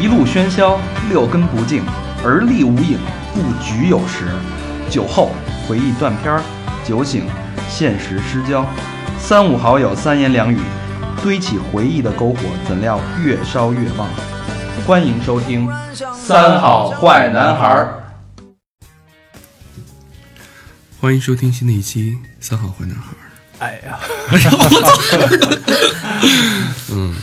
一路喧嚣，六根不净，而立无影，不局有时。酒后回忆断片儿，酒醒现实失焦。三五好友三言两语，堆起回忆的篝火，怎料越烧越旺。欢迎收听《三好坏男孩儿欢迎收听新的一期《三好坏男孩》。哎 呀，嗯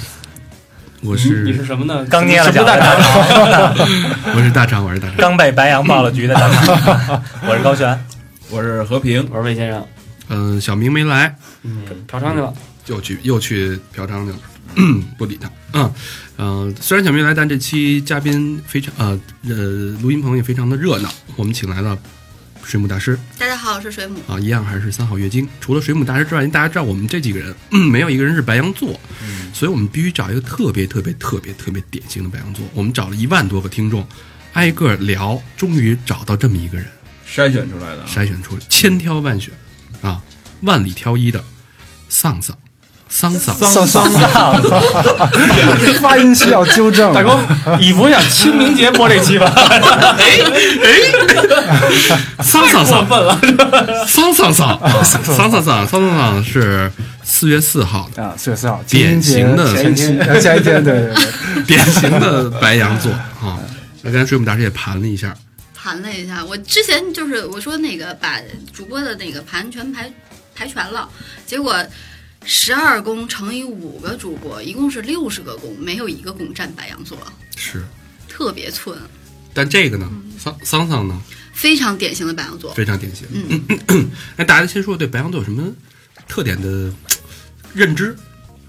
我是嗯你是什么呢？刚捏了什脚么大的肠大肠，我是大肠，我是大肠。 刚被白羊爆了局的大肠。 我是高璇，我是和平，我是魏先生，嗯、小明没来，嗯嗯嫖娼去了。又去又去嫖娼去了， 不理他。嗯嗯、呃虽然小明没来，但这期嘉宾非常呃呃，录音棚也非常的热闹。我们请来了水母大师大家好，我是水母。啊、一样还是三好月经。除了水母大师之外，因为大家知道我们这几个人、嗯没有一个人是白羊座，所以我们必须找一个特别特别特别特别典型的白羊座。我们找了一万多个听众，挨个聊，终于找到这么一个人。筛选出来的啊。筛选出千挑万选啊，万里挑一的丧丧丧丧，丧丧丧，》。 发音需要纠正。大哥，以不想清明节播这期吧？丧丧过丧分了，丧丧丧啊丧丧丧丧丧丧是四月四号的啊，四月四号，典型的哎前一天，嗯呃前一天，对对对，典型的白羊座啊。那刚才水母大师也盘了一下，盘了一下，我之前就是我说那个把主播的那个盘全排排全了，结果十二宫乘以五个主播，一共是六十个宫，没有一个宫占白羊座，是，特别寸，但这个呢，丧丧丧呢非常典型的白羊座。非常典型。嗯， 那大家先说对白羊座有什么特点的认知？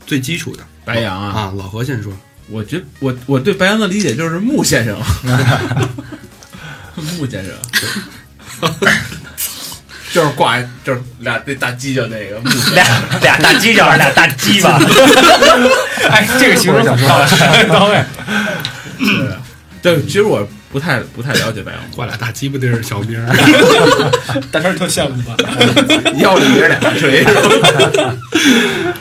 最基础的白羊啊，啊，老何先说，我觉我我对白羊的理解就是穆先 生，穆先生， 就是挂就是俩那大犄角那个穆先生， 俩俩大鸡脚，俩大鸡 巴。哎，这个形容很到位，到位。对，其实我不太不太了解白羊，挂俩大鸡巴地儿，小明儿。 大肠特 羡慕吧？腰里边俩大锤，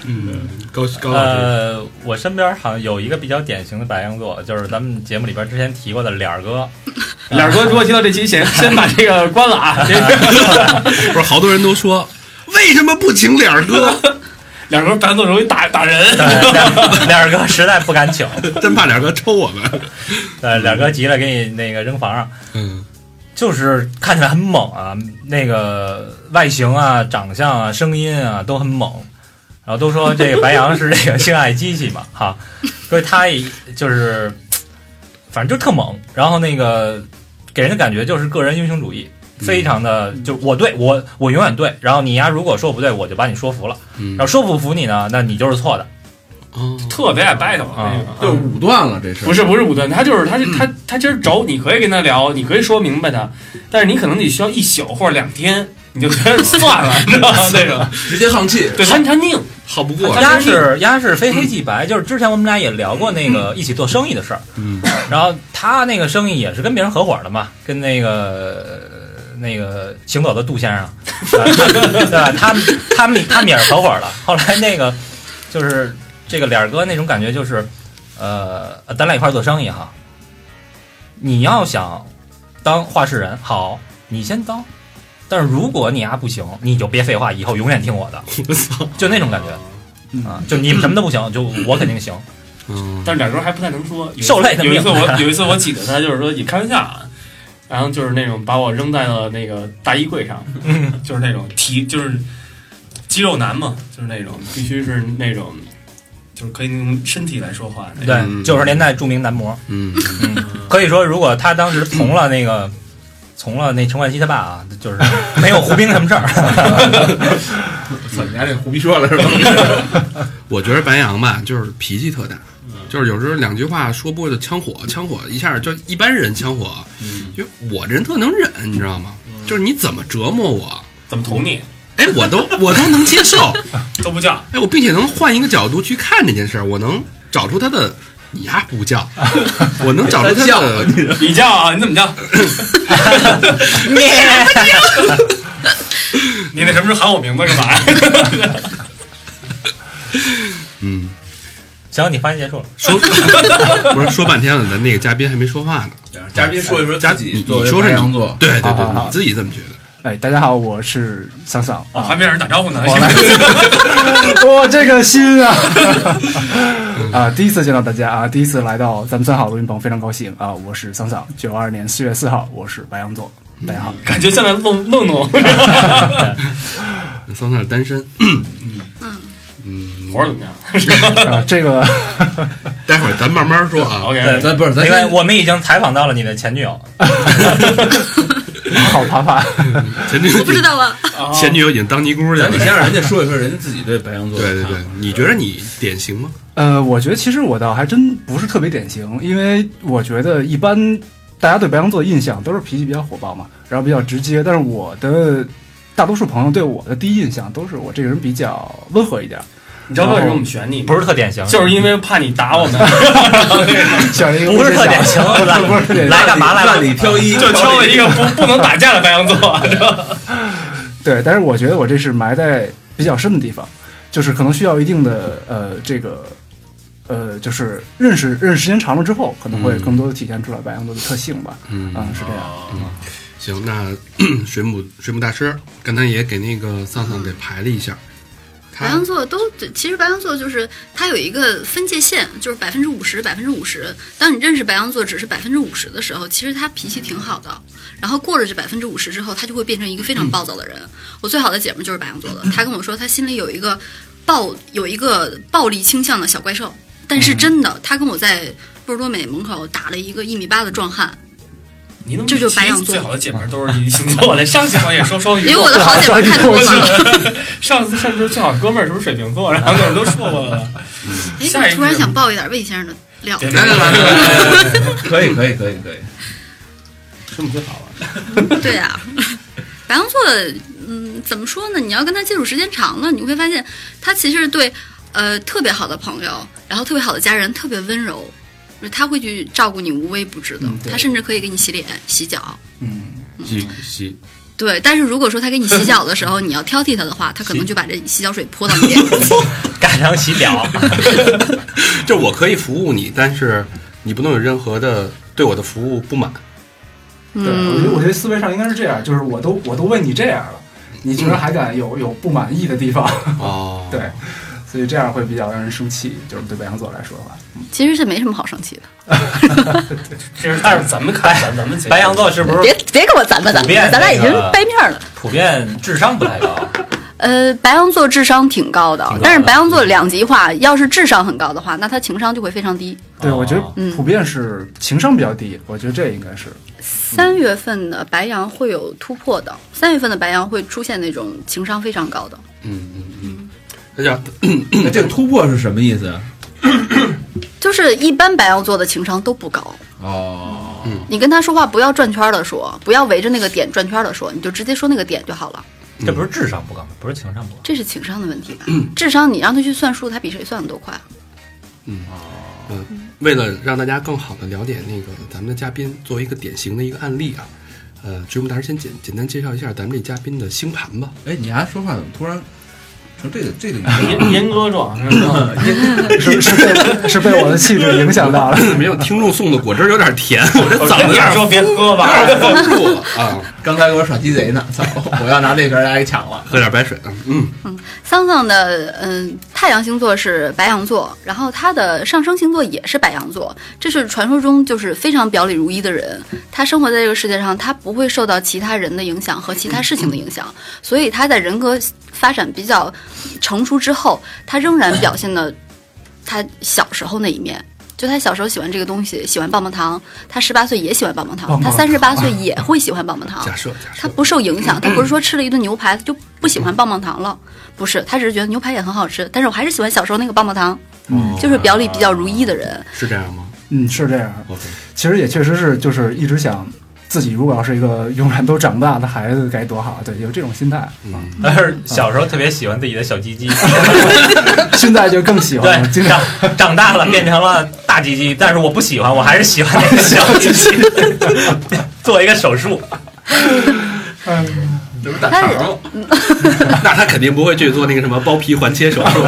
嗯，高高老师， 呃，我身边好像有一个比较典型的白羊座，就是咱们节目里边之前提过的脸儿 哥。脸哥，如果听到这期，先先把这个关了啊！这不是好多人都说，为什么不请脸儿哥？脸哥白羊座容易打打人。对脸儿哥实在不敢请，真怕脸儿哥抽我们。对，脸儿哥急了给你那个扔房上。嗯，就是看起来很猛啊，那个外形啊、长相啊、声音啊都很猛，然后都说这个白羊是这个性爱机器嘛，哈， 所以他也就是反正就特猛，然后那个给人的感觉就是个人英雄主义，非常的就是我对我我永远对，然后你呀如果说不对，我就把你说服了，嗯然后说不服你呢，那你就是错的哦，特别爱 battle 啊那个就武断了这是。不是不是武断，他就是他嗯他他今儿轴，你可以跟他聊，你可以说明白他，但是你可能得需要一宿或者两天，你就觉得 算了，你知道吗？那种，直接放弃，对他他拧，好不过，鸭嗯是鸭是非黑即白，就是之前我们俩也聊过那个一起做生意的事儿，嗯，然后他那个生意也是跟别人合伙的嘛，跟那个那个行走的杜先生，啊 对吧？他们他们他们也是合伙的。后来那个就是这个脸儿哥那种感觉就是，呃，咱俩一块儿做生意哈，你要想当话事人，好，你先当。但是如果你丫不行，你就别废话，以后永远听我的，我操，就那种感觉，啊，就你们什么都不行，就我肯定行。嗯，但是俩时候还不太能说。有一次受累的有命一 次我有一次我记得他就是说你开玩笑啊，然后就是那种把我扔在了那个大衣柜上，嗯 就是那种提就是肌肉男嘛，就是那种必须是那种就是可以用身体来说话那种。对，九十年代著名男模，嗯，可以说，如果他当时从了那个，从了那陈冠希他爸啊，就是 没有胡兵什么事儿。 我操，你家这胡逼说了是吧？ 我觉得白羊吧，就是脾气特大，就是有时候两句话说不过就枪火，枪火一下就一般人枪火，就我这人特能忍，你知道吗？就是你怎么折磨我，怎么捅你哎，我都我都能接受，都不叫，哎，我并且能换一个角度去看这件事儿，我能找出他的。你呀不叫，我能找出他的你叫啊？你怎么 叫？你那什 么时候喊我名字干嘛呀？嗯，行，你发言结束了。说不是说半天了，咱那个嘉宾还没说话呢。嘉宾说一说嘉自你己你作为说说白你羊座，对对好好对，好你自己怎么觉得？哎，大家好，我是桑 桑。哦，还没让人打招呼呢。哇，这个心啊！ 啊，第一次见到大家啊，第一次来到咱们三好录音棚，非常高兴啊！我是桑桑，九二年四月四号，我是白羊座，嗯大家好。感觉像在弄弄弄，桑桑是单身，活儿怎么样？啊，这 个待会儿咱慢慢说啊。 OK，咱不是咱没关系，先我们已经采访到了你的前女友，好爬爬，前女友我不知道啊，前女友已经当尼姑去咱得了。先啊让人家说一说人家自己对白羊座对的对看法。对，你觉得你典型吗？呃，我觉得其实我倒还真不是特别典型，因为我觉得一般大家对白羊座的印象都是脾气比较火爆嘛，然后比较直接。但是我的大多数朋友对我的第一印象都是我这个人比较温和 一点，你知道为什么我们选你吗？不是特典型，就是因为怕你打我们， 像一个不是特典 型，来不是特典型来干嘛来了？万里挑一，就挑了一个不不能打架的白羊座。对，但是我觉得我这是埋在比较深的地方，就是可能需要一定的呃这个呃就是认识认识时间长了之后，可能会更多的体现出来白羊座的特性吧。嗯啊、是这样。行，那 水母水母大师刚才也给那个桑桑给排了一下，白他羊座都其实白羊座就是它有一个分界线，就是百分之五十，百分之五十。当你认识白羊座只是百分之五十的时候，其实他脾气挺好的。然后过了这百分之五十之后，他就会变成一个非常暴躁的人。我最好的姐们就是白羊座嗯的，她跟我说她心里有一个暴有一个暴力倾向的小怪兽，嗯但是真的，她跟我在波尔多美门口打了一个一米八的壮汉， 你怎么这就是白羊座最好的姐妹都是一星座 的？上次好像也说双鱼因为我座，的好姐妹太多了。上次上次最好哥们儿是不是水瓶座？然后我们都说过了。 哎，下一我个突然想爆一点魏先生的料。对来来来来来来来， 可以可以可以可以，这么就好了。对啊，白羊座，嗯，怎么说呢？你要跟他接触时间长了，你会发现他其实对呃特别好的朋友，然后特别好的家人特别温柔，就是他会去照顾你无微不至的，嗯对他甚至可以给你洗脸、洗脚。嗯，洗洗对，但是如果说他给你洗脚的 时候，你要挑剔他的话，他可能就把这洗脚水泼到你脸上。赶上洗脚，就我可以服务你，但是你不能有任何的对我的服务不满。对，我觉得嗯，我觉得思维上应该是这样，就是我都我都问你这样了，你居然还敢有有不满意的地方， 哦，对，所以这样会比较让人生气，就是对白羊座来说的话。其实这没什么好生气的。这是但是咱们看咱咱们节目白羊座是不是别别给我攒吧攒吧普遍那，个咱俩已经掰面了。普遍智商不太高？呃，白羊座智商挺高的，高的但是白羊座两极化，要是智商很高的话，那他情商就会非常低。对，我觉得嗯哦普遍是情商比较低，我觉得这应该 是三月份的白羊会有突破的，三月份的白羊会出现那种情商非常高的。嗯嗯嗯，那叫那这个突破是什么意思啊？就是一般白羊座的情商都不高，哦，你跟他说话不要转圈的说，不要围着那个点转圈的说，你就直接说那个点就好了。这不是智商不高，不是情商不高。这是情商的问题吧？智商你让他去算数，他比谁算的都快。为了让大家更好的了解那个咱们的嘉宾，作为一个典型的一个案例啊，呃，植物大师先简简单介绍一下咱们这嘉宾的星盘吧。哎，你丫说话怎么突然成这个这 个？阉阉割 状，是吧是是被是被我的气质影响到了。 没有听众送的果汁有 点甜，我这哦嗓子有点说别喝吧，封住了啊， 刚才给我耍鸡贼呢，操！我要拿这根儿来给抢了。喝点白水啊。嗯，桑桑的嗯，太阳星座是白羊座，然后他的上升星座也是白羊座，这是传说中就是非常表里如一的人。他生活在这个世界上，他不会受到其他人的影响和其他事情的影响，所以他在人格发展比较成熟之后，他仍然表现的他小时候那一面。就他小时候喜欢这个东西，喜欢棒棒糖，他十八岁也喜欢棒棒糖，棒棒他糖三十八岁也会喜欢棒棒糖。假设假他设，不受影响，他不是说吃了一顿牛排他就不喜欢棒棒糖了，不是，他只是觉得牛排也很好吃，但是我还是喜欢小时候那个棒棒糖，哦嗯就是表里比较如一的人。是这样吗嗯，是这样。 ？OK，其实也确实是，就是一直想自己如果要是一个永远都长不大的孩子该多好，对，有这种心态。嗯， 但是小时候特别喜欢自己的小鸡 鸡，哦现在就更喜欢了，经 对，常长长大了变成了大鸡鸡，但是我不喜欢，我还是喜欢那个小鸡鸡， 做一个手术。这不大肠吗？ 那他肯定不会去做那个什么包皮环切手术。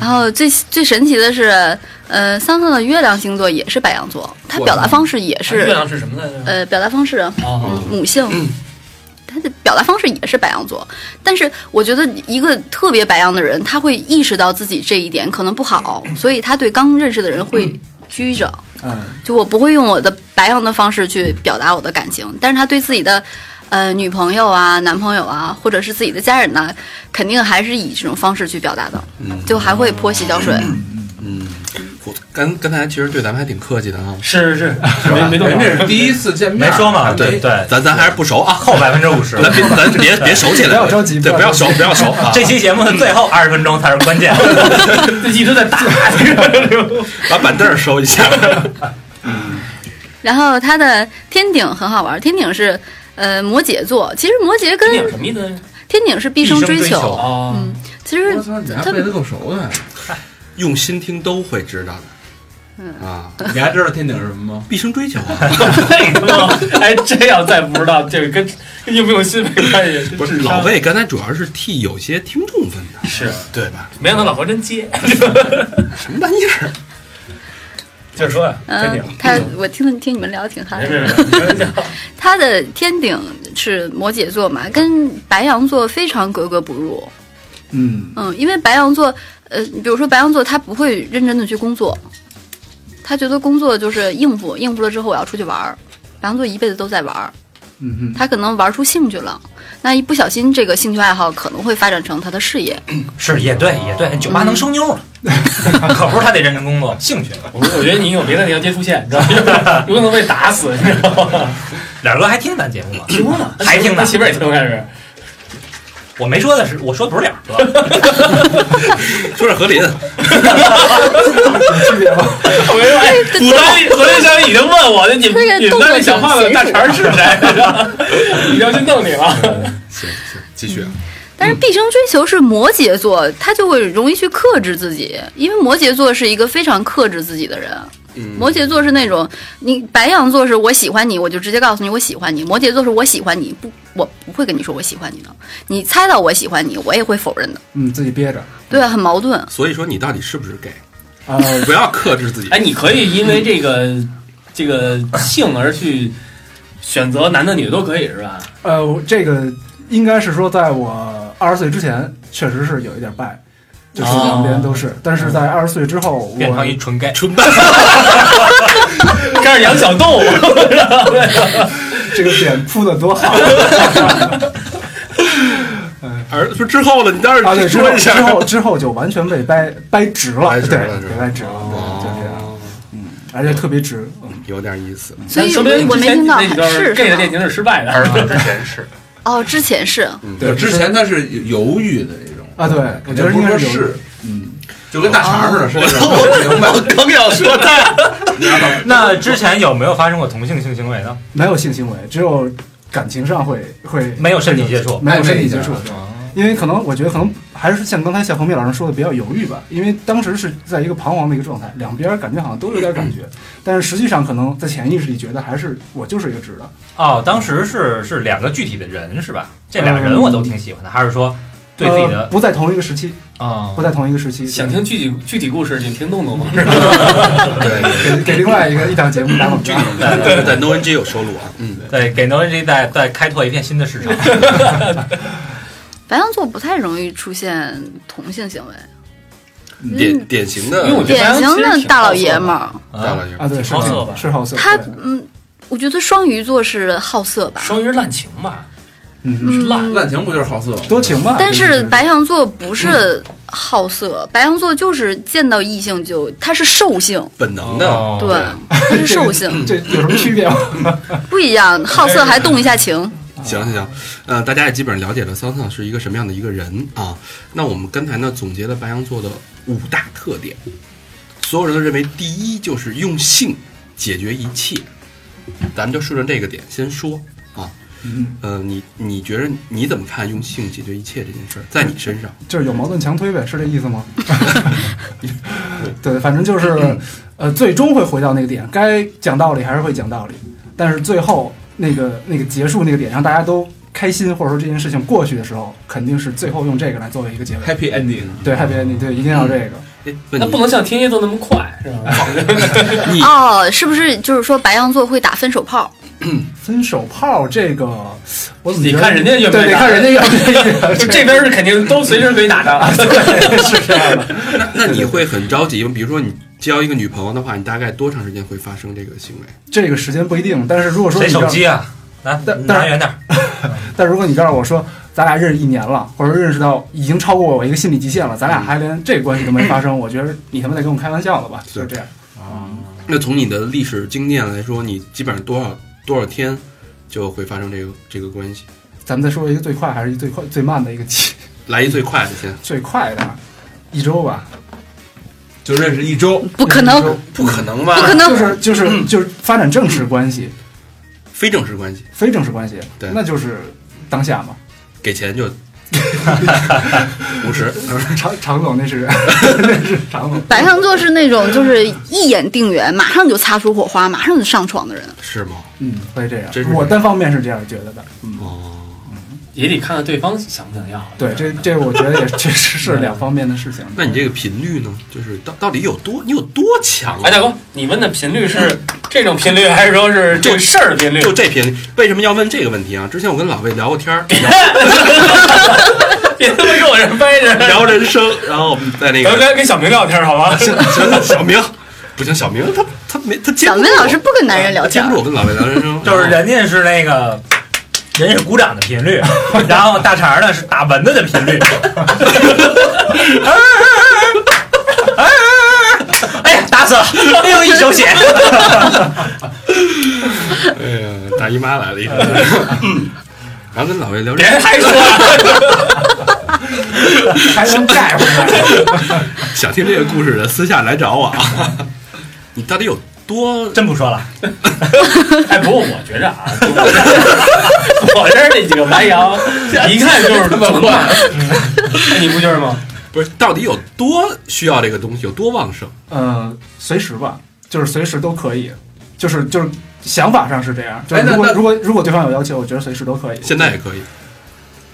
然后最最神奇的是，呃，桑桑的月亮星座也是白羊座，他表达方式也啊月是，亮是什么来着？呃，表达方式啊哦，母性，他的表达方式也是白羊座。但是我觉得一个特别白羊的人，他会意识到自己这一点可能不好，所以他对刚认识的人会拘着。嗯，就我不会用我的白羊的方式去表达我的感情，但是他对自己的呃女朋友啊、男朋友啊，或者是自己的家人呢、肯定还是以这种方式去表达的，就还会泼洗脚水。嗯，我刚刚才其实对咱们还挺客气的啊，是是是，没没动人家是第一次见面，没说嘛，啊还啊对没对，咱咱还是不熟啊，扣百分之五十。咱别咱别别熟起来，不要着急对，不不要要着急熟，不要熟啊。这期节目的最后二十分钟才是关键。 一直 在打这个。把板凳儿收一 下。然后他的天顶很好玩，天顶是呃摩羯座，其实摩羯跟你有什么意思？天顶是毕生追毕生追求哦，嗯其实我操，你还背的够熟的， 用心听都会知道的。啊，你还知道天顶是什么吗？毕生追求啊，这个吗 哎，这要再不知道，这个跟跟用不用心没关系。不是老魏，刚才主要是替有些听众问的，啊是， 对吧？没想到老何真 接。什么玩意儿？接着说啊呀，嗯、天顶，他我听听你们聊挺嗨没的。事没事，他的天顶是摩羯座嘛，跟白羊座非常格格不入。嗯，嗯，因为白羊座，呃，比如说白羊座，他不会认真的去工作，他觉得工作就是应付，应付了之后我要出去玩儿。白羊座一辈子都在玩儿，嗯哼，他可能玩出兴趣了，那一不小心这个兴趣爱好可能会发展成他的事业。 是也对也对，酒吧能收妞啊， 可不是他得认真工作，兴趣。我我觉得你有别的地方接出现，你知道 吗？有可能被打死，你知道 吗？脸哥还听咱节目吗？听呢还听呢媳妇儿也听开 始。我没说的是，我说的不是 脸哥，说点合理的，区别吗？我跟你说，哎，我当时昨天小雨已经问我，你们那个你们那小胖子大肠是谁？啊 你要去弄你了。 行行，继续啊。但是毕生追求是摩羯座，他就会容易去克制自己，因为摩羯座是一个非常克制自己的人。嗯摩羯座是那种，你白羊座是我喜欢你，我就直接告诉你我喜欢你；摩羯座是我喜欢你，不，我不会跟你说我喜欢你的，你猜到我喜欢你，我也会否认的。嗯，自己憋着。对啊，很矛盾。嗯所以说你到底是不是 gay？啊，不要克制自己哎，。你可以因为这个这个性而去选择男的女的都可以是吧？呃，我这个应该是说，在我二十岁之前，确实是有一点败，就是哦两边都是。但是在二十岁之后，我变成一纯 gay。纯白，开始养小动物， 这个点铺的多好而说之后了，你倒啊！对，是之说后一之下。后之后就完全被掰掰直了，掰直对，了是吧被掰直了，对，就这样，嗯，而且特别直，嗯 有点意思，所以说明我之没前听到，那几段是 gay 是的恋吗？情是失败的。之前是哦，之前是，对，之前他是犹豫的这种啊对我觉得应该不是是犹说豫是，嗯，就跟大肠似的，是那种不明白，刚要说他，那之前有没有发生过同性性行为呢？没有性行为，只有感情上会会没有身体接触没有身体接触暧昧一，因为可能我觉得可能还是像刚才小红米老师说的比较犹豫吧，因为当时是在一个彷徨的一个状态，两边感觉好像都有点感觉，嗯但是实际上可能在潜意识里觉得还是我就是一个直的，哦，当时是是两个具体的人是吧？这俩人我都挺喜欢的，还是说对自己呃的不在同一个时期，啊不？在同一个时期，想听具体具体故事，你听洞洞 吗？对给给另外一个一档节目打 广告，对，在 No N G 有收录啊，嗯，对，给 No G 再再开拓一片新的市场。白羊座不太容易出现同性行为，典典型的，因为我觉得白典羊其型实的挺大好老色爷的们儿。大啊老爷啊，对，是好这色样吧是好色，他对嗯，我觉得双鱼座是好色吧，双鱼是滥情吧？嗯是烂嗯，滥情不就是好色吗？多情吧，但这是个白羊座不是好色，白羊座就是见到异性就他是兽性，本能的，对，他是兽 性，这有什么区别 吗？不一样，好色还动一下情。行行行，呃，大家也基本上了解了桑桑是一个什么样的一个人啊。那我们刚才呢总结了白羊座的五大特点，所有人都认为第一就是用性解决一切，咱们就顺着这个点先说啊。嗯，呃，你你觉得你怎么看用性解决一切这件事儿？在你身上，就是有矛盾强推呗，是这意思吗？ 对，反正就是， 呃，最终会回到那个点，该讲道理还是会讲道理，但是最后那个那个结束那个点，让大家都开心，或者说这件事情过去的时候，肯定是最后用这个来作为一个结尾。 ，Happy Ending。啊对，happy ending，对，一定要这个。哎那不能像天蝎座那么快，是 吧？你哦，是不是就是说白羊座会打分手炮？分手炮这个，我怎么你觉得看人家愿不对，愿意打得看人家愿不愿意打就这边是肯定都随时可以打 的，是这样的。那那你会很着急吗？比如说你交一个女朋友的话，你大概多长时间会发生这个行为？这个时间不一定，但是如果说谁你手让机啊？拿但但拿是远点儿，但如果你告诉我说，咱俩认识一年了，或者认识到已经超过我一个心理极限了，咱俩还连这关系都没发生，我觉得你他妈在跟我开玩笑了吧？就是这样。那从你的历史经验来说，你基本上多少多少天就会发生这个这个关系？咱们再说一个最快还是一最快最慢的一个 期，来一最快的先，最快的一周吧，就认识一周，不可一周能，不可能吧不可就能，是就是就是发展正式关系，非正式关系，非正式关系，对那就是当下嘛。给 钱就五十， 常常总那 是那是常总，白羊座是那种就是一眼定缘，马上就擦出火花，马上就上床的人。是吗？嗯，会这样真是。我单方面是这样觉得的，嗯，哦，也得看看对方想不想要。对，这这我觉得也确实是两方面的事情。那你这个频率呢？就是到到底有多你有多强、啊？哎，大哥，你问的频率是这种频率，还是说是这事儿的频率？ 就这频率，为什么要问这个问题啊？之前我跟老魏聊过天儿，别他妈跟我这儿掰着。聊人生，然后我们在那咱个们跟小明聊天好吗？行行，小明不行，小明他他没他接小不明住老师不跟男人聊他接天不，住我跟老魏聊人生，就是人家是那个。人是鼓掌的频率，然后大肠呢是打蚊子的频率。哎呀，打死了！哎呦，一手血。哎呀，大姨妈来了一个，然后跟老魏聊别人生，还说了，还能盖回来。想听这个故事的私下来找我啊。你到底有多？真不说了，哎，不过我觉着啊，我这儿这几个白 羊，一看就是这么啊快， 你不就是吗？不是到底有多需要这个东西，有多旺盛？呃，随时吧，就是随时都可以，就是就是想法上是这样。就哎是那如果、那如果如果对方有要求，我觉得随时都可以。现在也可以，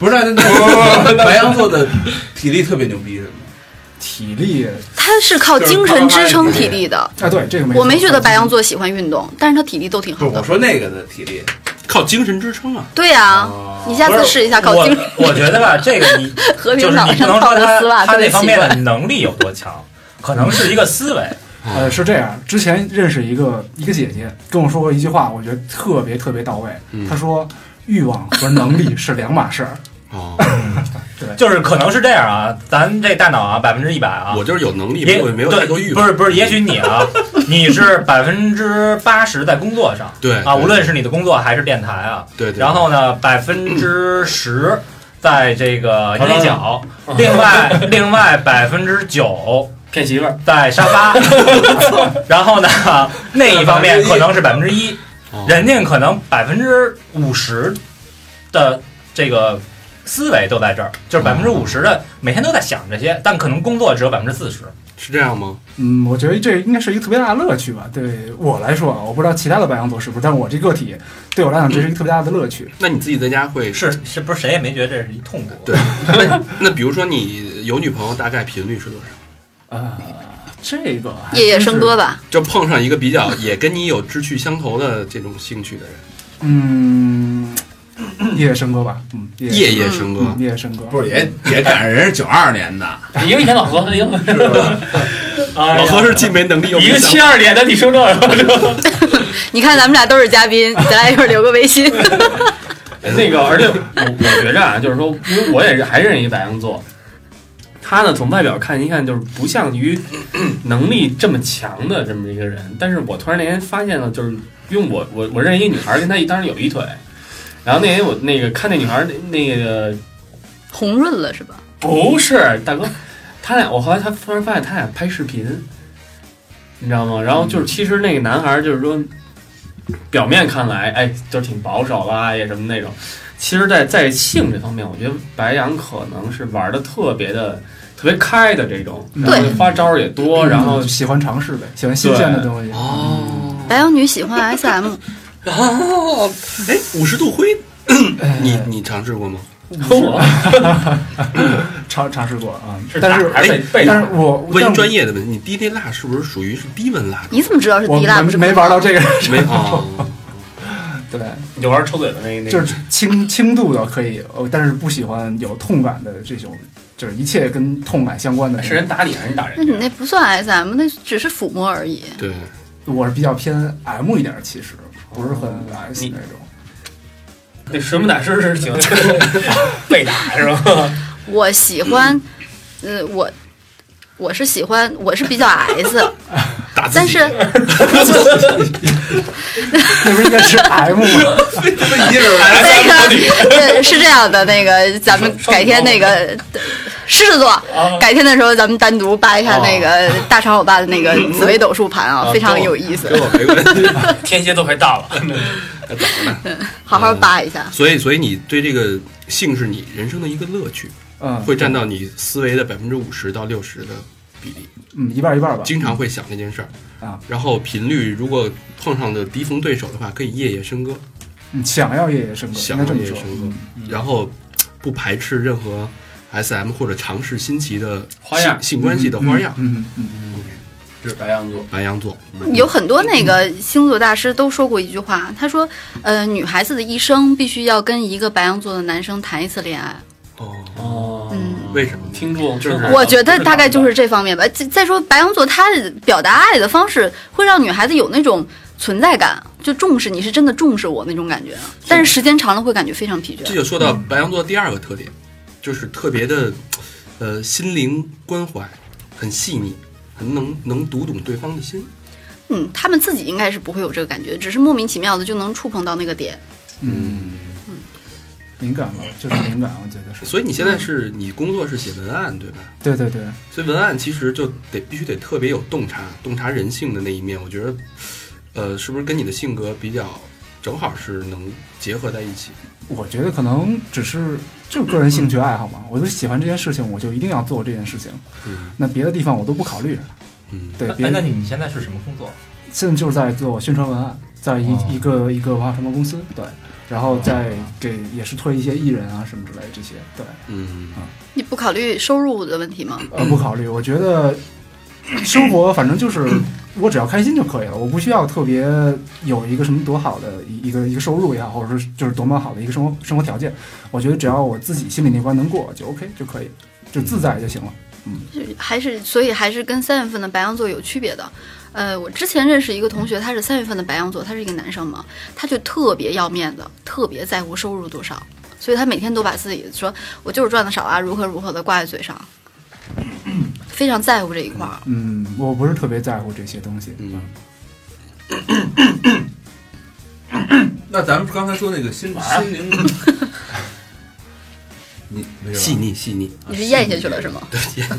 不是那那那 白羊座的体力特别牛逼是吗？体力，他是靠精神支撑体力的。啊，对这个没错。我没觉得白羊座喜欢运动，但是他体力都挺不好是，我的。说那个的体力，靠精神支撑啊。对呀，你下次试一下靠我精神我觉得吧，这个 你和就平是岛你不上能套说个丝他袜他特那别奇方面怪的。能力有多强，可能是一个思维。呃，是这样，之前认识一个一个姐姐跟我说过一句话，我觉得特别特别到位。嗯她说，欲望和能力是两码事儿。 哦，就是可能是这样啊，咱这大脑啊，百分之一百啊，我就是有能力，没也有没有太多欲望。不是不是，也许你 啊，你是百分之八十在工作上对啊，哎对无论是你的工作还是电台啊，对对。然后呢，百分之十在这个眼里角，另外另外百分之九骗 媳妇儿，在沙发，然后呢，那一方面可能是百分之一，哦人家可能百分之五十的这个思维都在这儿，就是百分之五十的每天都在想这些，但可能工作只有百分之四十。是这样吗？嗯，我觉得这应该是一个特别大的乐趣吧。对我来说啊，我不知道其他的白羊座是不是，但我这个体对我来讲，这是一个特别大的乐趣。那你自己在家会是是不是谁也没觉得这是一痛苦？对那那比如说你有女朋友，大概频率是多少？呃，这个还夜夜真笙是歌吧，就碰上一个比较也跟你有志趣相投的这种兴趣的人，嗯，夜夜笙歌吧，嗯，夜夜夜笙歌嗯，夜夜笙歌，不是也也赶上人是九二年 的，你又一天老何，你又 是吧老何是既没能力又一没个想七二年的，你说这个， 你看咱们俩都是嘉宾，咱俩一会儿留个微信。 那个，而且我我觉着啊，就是说，因为我也是还认识一白羊座，他呢从外表看一看就是不像于能力这么强的这么一个人，但是我突然那天发现了，就是因为我我我认识一女孩儿，跟他一当时有一腿，然后那天我那个看那女孩儿那那个红润了是吧？不是大哥，他俩我后来他突然发现他俩拍视频，你知道吗？然后嗯就是其实那个男孩儿就是说，表面看来哎就是挺保守啦，也什么那种，其实在在性这方面，我觉得白羊可能是玩的特别的特别开的这种，然后对花招儿也多，然嗯后喜欢尝试呗，喜欢新鲜的东西。哦白羊女喜欢 SM，哦，哎，五十度灰，哎嗯你你尝试过吗？我尝尝试过啊，是但打还是被被打但是我问但专业的问题，你低温蜡是不是属于是低温蜡烛？你怎么知道是我滴蜡不是没没玩到这个， 没啊，对，你就玩抽嘴的那那，就是轻轻度的可以，呃，但是不喜欢有痛感的这种，就是一切跟痛感相关的。哎是人打你还是你打那人你家？那不算 SM，那只是抚摸而已。 对，我是比较偏 M 一点儿，其实不是很 S 哦你那种。那水母打是是挺被打是吧？我喜欢，呃，我我是喜欢，我是比较 S，打自但己是那不是应该是 M 吗？那个对 是这样的，那个咱们双改天那个狮子座，改天的时候咱们单独扒一下那个大长老爸的那个紫微斗数盘啊，非常有意思跟，我没关系。天蝎都快到了，好好扒一下。 所以，所以你对这个性是你人生的一个乐趣，嗯，会占到你思维的百分之五十到六十的比例，嗯一半儿一半儿吧。经常会想这件事儿啊。然后频率，如果碰上的敌逢对手的话，可以夜夜笙歌，嗯想要夜夜笙歌，应想该要这么夜夜说。嗯笙歌，然后不排斥任何 S M 或者尝试新奇的花样性性关系的花样。嗯嗯这是白羊座，白羊座，有很多那个星座大师都说过一句话，他说，呃，女孩子的一生必须要跟一个白羊座的男生谈一次恋爱。哦，哦嗯，为什么呢？听众就是我觉得大概就是这方面吧。再再说白羊座，他表达爱的方式会让女孩子有那种存在感，就重视你是真的重视我那种感觉。啊但是时间长了会感觉非常疲这倦。就说到白羊座第二个特点，就是特别的，呃，心灵关怀，很细腻，很能能读懂对方的心。嗯，他们自己应该是不会有这个感觉，只是莫名其妙的就能触碰到那个点。嗯，敏感吧，就是敏感，我觉得是。所以你现在是你工作是写文案对吧？对对对，所以文案其实就得必须得特别有洞察，洞察人性的那一面。我觉得，呃，是不是跟你的性格比较正好是能结合在一起？我觉得可能只是就是个人兴趣爱好嘛，我就喜欢这件事情，我就一定要做这件事情。嗯那别的地方我都不考虑。嗯，对，别哎，那的你你现在是什么工作？现在就是在做宣传文案，在一、哦一个一个文化传播公司，对，然后再给也是推一些艺人啊什么之类这些，对，嗯，你不考虑收入的问题吗？呃，不考虑，我觉得生活反正就是我只要开心就可以了，我不需要特别有一个什么多好的一一个一个收入也好，或者说就是多么好的一个生活生活条件，我觉得只要我自己心里那关能过就 OK 就可以，就自在就行了。嗯就是还是所以还是跟三月份的白羊座有区别的。呃，我之前认识一个同学，他是三月份的白羊座，他是一个男生嘛，他就特别要面子，特别在乎收入多少，所以他每天都把自己说我就是赚的少啊，如何如何的挂在嘴上，非常在乎这一块儿。嗯，我不是特别在乎这些东西。嗯，那咱们刚才说那个心啊心 灵， 你没啊事细吧腻啊细腻，你是咽下去了是吗？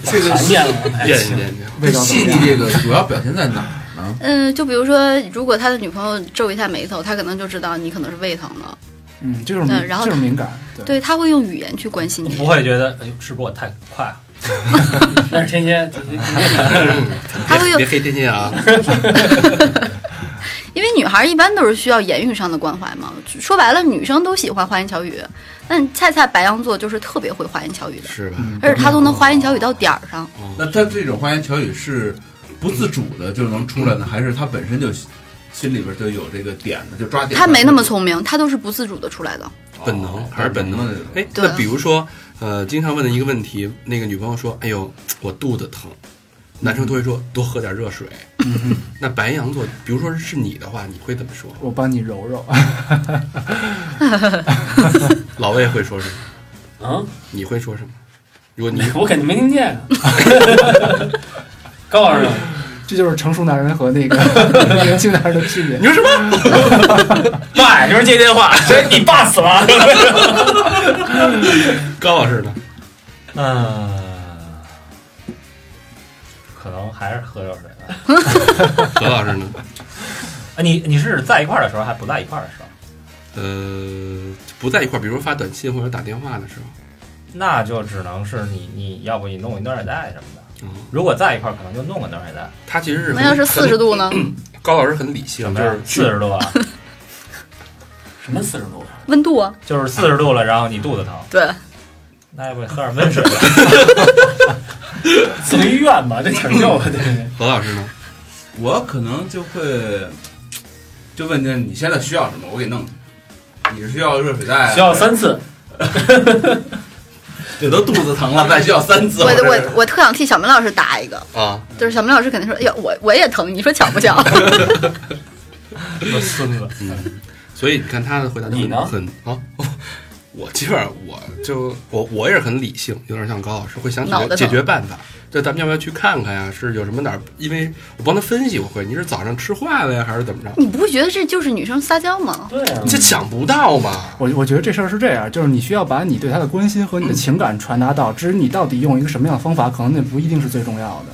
这个念了，验一验。味道怎细么腻这样？个主要表现在哪儿呢？嗯，就比如说，如果他的女朋友皱一下眉头，他可能就知道你可能是胃疼了，嗯，这种嗯然后这种敏感，对对他会用语言去关心你你不。会觉得哎呦，是不是我太快啊了？但是天蝎他会别 用别黑天天啊！因为女孩一般都是需要言语上的关怀嘛，说白了，女生都喜欢花言巧语，但恰恰白羊座就是特别会花言巧语的，是吧？而且他都能花言巧语到点儿上。那他这种花言巧语是不自主的就能出来呢，还是他本身就心里边就有这个点呢？就抓点？他没那么，聪明，他都是不自主的出来的。本能还是本能的那种。哎，对那比如说，呃，经常问的一个问题，那个女朋友说：“哎呦，我肚子疼。”男生都会说：“多喝点热水。”那白羊座，比如说是你的话，你会怎么说？我帮你揉 揉。老魏会说什么？啊，你会说什么？如果你你我肯定没听 见啊。告诉你，这就是成熟男人和那个 年轻男人的区别。说什么？爸，就是接电话，所以你爸死了。高老师呢？嗯，可能还是喝热水吧。何老师呢？啊，你你是在一块儿的时候，还不在一块儿的时候，呃，不在一块儿，比如说发短信或者打电话的时候，那就只能是你你要不你弄一暖水袋什么的。嗯，如果在一块儿，可能就弄个暖水袋。他其实是那要是很四十，度呢？很高老师很理性，就呀是？四十度啊， 什么四十度？温度啊？就是四十度了，然后你肚子疼，对，那要不喝点温水 吧？ 送医院吧，这抢救吧，这个何老师呢？我可能就会就问他你现在需要什么，我给弄。你是需要热水袋啊？需要三次，这都肚子疼 了，再需要三次。我这我我特想替小明老师打一个，啊，就是小明老师肯定说，哎呀，我我也疼，你说巧不巧？我孙子，所以你看他的回答就很，你呢很啊， 我基本上我就我我也是很理性，有点像高老师，会想解脑决袋解疼决办法。这咱们要不要去看看呀？是有什么哪儿？因为我帮他分析，我会你是早上吃坏了呀，还是怎么着？你不会觉得这就是女生撒娇吗？对啊你，这想不到嘛？我我觉得这事儿是这样，就是你需要把你对他的关心和你的情感传达到， 至于你到底用一个什么样的方法，可能那不一定是最重要的。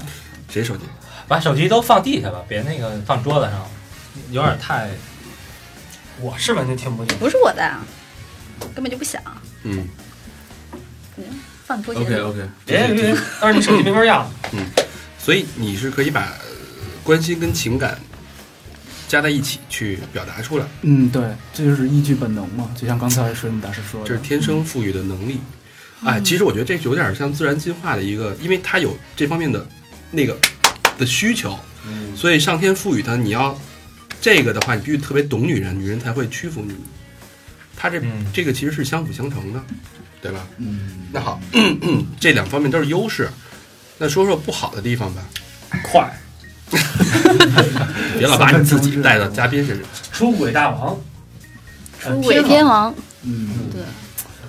谁手机？把手机都放地下吧，别那个放桌子上，有点太我是完全听不懂。不是我在啊，根本就不想嗯，放拖鞋。 OK OK，别别，别但是你手机没法要，所以你是可以把呃关心跟情感加在一起去表达出来，嗯，对，这就是依据本能嘛，就像刚才水母大师说这的是，天生赋予的能力。哎，其实我觉得这有点像自然进化的一个，因为它有这方面的那个的需求，嗯，所以上天赋予他，你要这个的话，你必须特别懂女人，女人才会屈服你。他这、嗯这个其实是相辅相成的，对吧？嗯，那好， 这两方面都是优势。那说说不好的地方 吧，快别老把你自己带到嘉宾身上。出轨大王，出轨天王，嗯，对。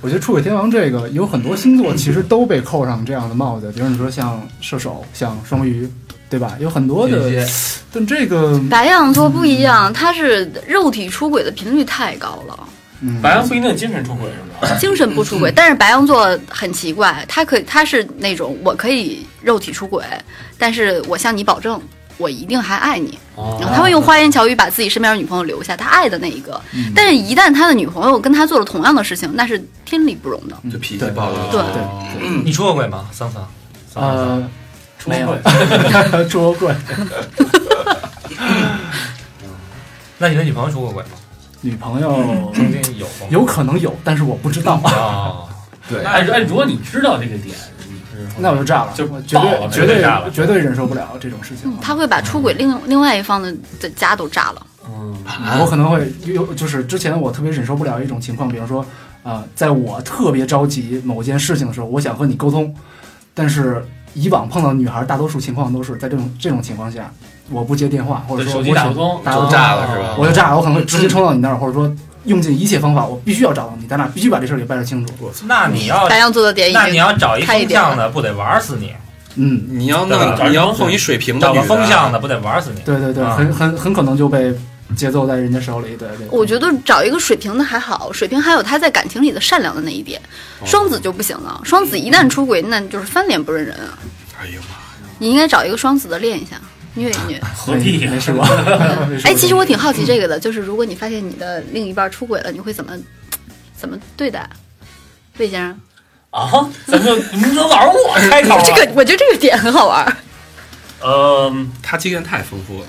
我觉得出轨天王这个有很多星座其实都被扣上这样的帽子，比如你说像射手、像双鱼，对吧？有很多这的，些但这个，白羊座不一样，他是肉体出轨的频率太高了，嗯，白羊不一定精神出轨是吧？精神 不出轨。但是白羊座很奇怪，他可他是那种我可以肉体出轨，但是我向你保证，我一定还爱你。哦然后他会用花言巧语把自己身边的女朋友留下，他爱的那一个。嗯但是，一旦他的女朋友跟他做了同样的事情，那是天理不容的。哦就脾气对暴对了。对对，你出过轨吗，桑桑？桑桑呃，出轨， 出过轨，那你的女朋友出过轨吗？女朋友曾经有过吗？有可能有，但是我不知道。哦，对哎哎，如果你知道这个点，你是那我就炸了，就我绝爆了对绝直接炸了对绝对忍受不了这种事情嗯，。他会把出轨另另外一方的的家都炸了。嗯，啊啊我可能会有，就是之前我特别忍受不了一种情况，比如说，呃，在我特别着急某件事情的时候，我想和你沟通，但是以往碰到女孩，大多数情况都是在这种这种情况下，我不接电话，或者对说手我机打想不通，打就炸了是吧我就炸了，我可能会直接冲到你那儿，或者说用尽一切方法，我必须要找到你，咱俩必须把这事儿给掰扯清楚。哦那你要白羊座的点已那你经要找一风向的，不得玩死你？嗯，你要对吧弄，你要碰一水平的找女个的，风向的，不得玩死你？对对对，啊很很很可能就被节奏在人家手里。对对，我觉得找一个水平的还好，水平还有他在感情里的善良的那一点。哦双子就不行了，双子一旦出轨，那就是翻脸不认人啊！哎呦妈！你应该找一个双子的练一下，虐一虐。何必呀没试过。 没试过哎，其实我挺好奇这个的，就是如果你发现你的另一半出轨了，你会怎么怎么对待？魏先生，啊？咱们你们能玩我开头啊？ 这个我觉得这个点很好玩儿。嗯，他经验太丰富了，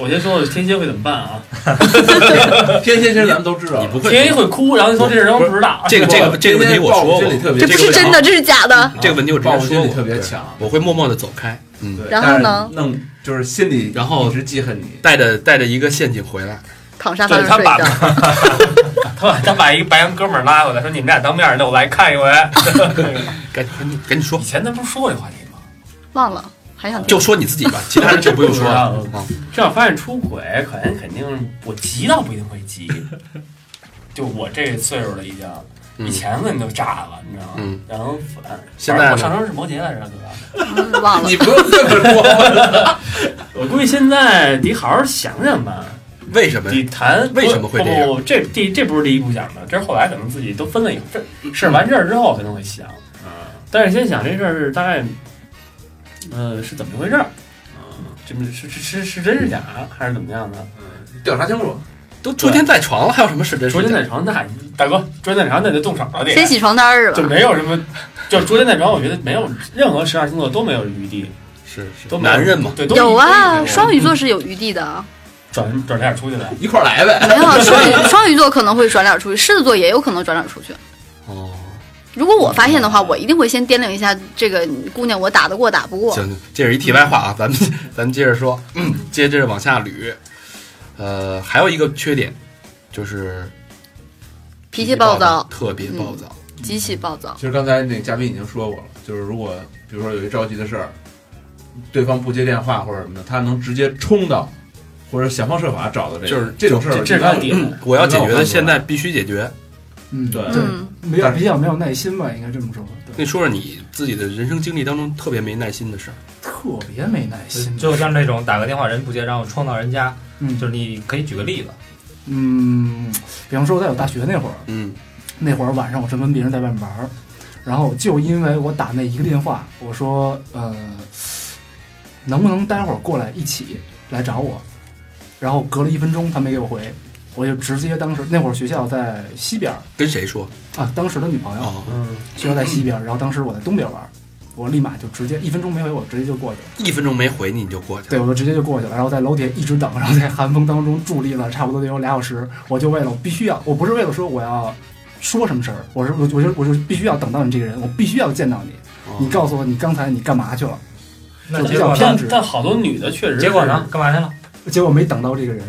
我先说说天蝎会怎么办啊？天蝎其实咱们都知道，你不会天蝎会哭，然后说这事儿都不知道。这个这个不这个问题我天蝎暴说过，力这特别不是真的，这是假的。这个问题我直报接复说心理过，特别对强。我会默默的走开，嗯，对然后呢但是弄就是心里然后一直记恨你。带着带着一个陷阱回来，躺沙发对上他睡把觉， 他把他把一个白羊哥们儿拉过来，说你们俩当面儿，那我来看一回。赶紧赶紧赶紧说以，前咱不是说过这话题吗？。忘了，还想听就说你自己吧，其他人就不用说了 啊这要发现出轨，肯定肯定，我急倒不一定会 急，就我这岁数了已经，以前问就炸了，你知道吗？嗯然后反现在呢我上升是摩羯来着，对吧？嗯 忘了你。不用这么说，我估计现在得好好想想吧，为什么？得谈为什么会这样不不，这这这不是第一步想的，这是后来可能自己都分了以后，嗯这事儿完事儿之后可能会想，但是先想这事儿是大概，呃，是怎么一回事儿？嗯这么是是是是真是假，还是怎么样的？调查清楚。都捉奸在床了，还有什么是真捉是奸假在？床那大哥，捉奸在床那得动手了，得先洗床单儿就吧。没有什么，就捉奸在床，我觉得没有任何十二星座都没有余地，是是都没有男人嘛，对，都有一啊，都一双鱼座是有余地的，转转脸出去的。一块儿来呗。没 有啊双鱼双鱼座可能会转脸出去，狮子座也有可能转脸出去。哦，如果我发现的话，我一定会先掂量一下这个姑娘，我打得过打不过。行，这是一题外话啊，咱们 咱们接着说，嗯，接着往下捋。呃，还有一个缺点就是脾气暴躁，特别暴躁。极其暴躁。其实刚才那嘉宾已经说过了，就是如果比如说有一着急的事儿，对方不接电话或者什么的，他能直接冲到，或者想方设法找到这个，就是这种事儿，这是他点，嗯我要解决的现在必须解决。嗯，对嗯，没有比较没有耐心吧，应该这么说。对，那说说你自己的人生经历当中特别没耐心的事儿，特别没耐心。就像这种打个电话人不接，然后冲到人家，嗯，就是你可以举个例子，嗯，比方说在我大学那会儿，嗯，那会儿晚上我正跟别人在外面玩儿，然后就因为我打那一个电话，我说呃，能不能待会儿过来一起来找我？然后隔了一分钟他没给我回，我就直接当时那会儿学校在西边儿跟谁说？啊，当时的女朋友哦，嗯，学校在西边儿，然后当时我在东边玩儿，我立马就直接一分钟没回我直接就过去了。一分钟没回你你就过去了。对，我就直接就过去了，然后在楼底下一直等，然后在寒风当中伫立了差不多得有俩小时。我就为了我必须要，我不是为了说我要说什么事儿，我是我我就我就必须要等到你这个人，我必须要见到你。哦你告诉我你刚才你干嘛去了？那就结比较果偏呢？但执但好多女的确实是结果呢？？干嘛去了？结果没等到这个人，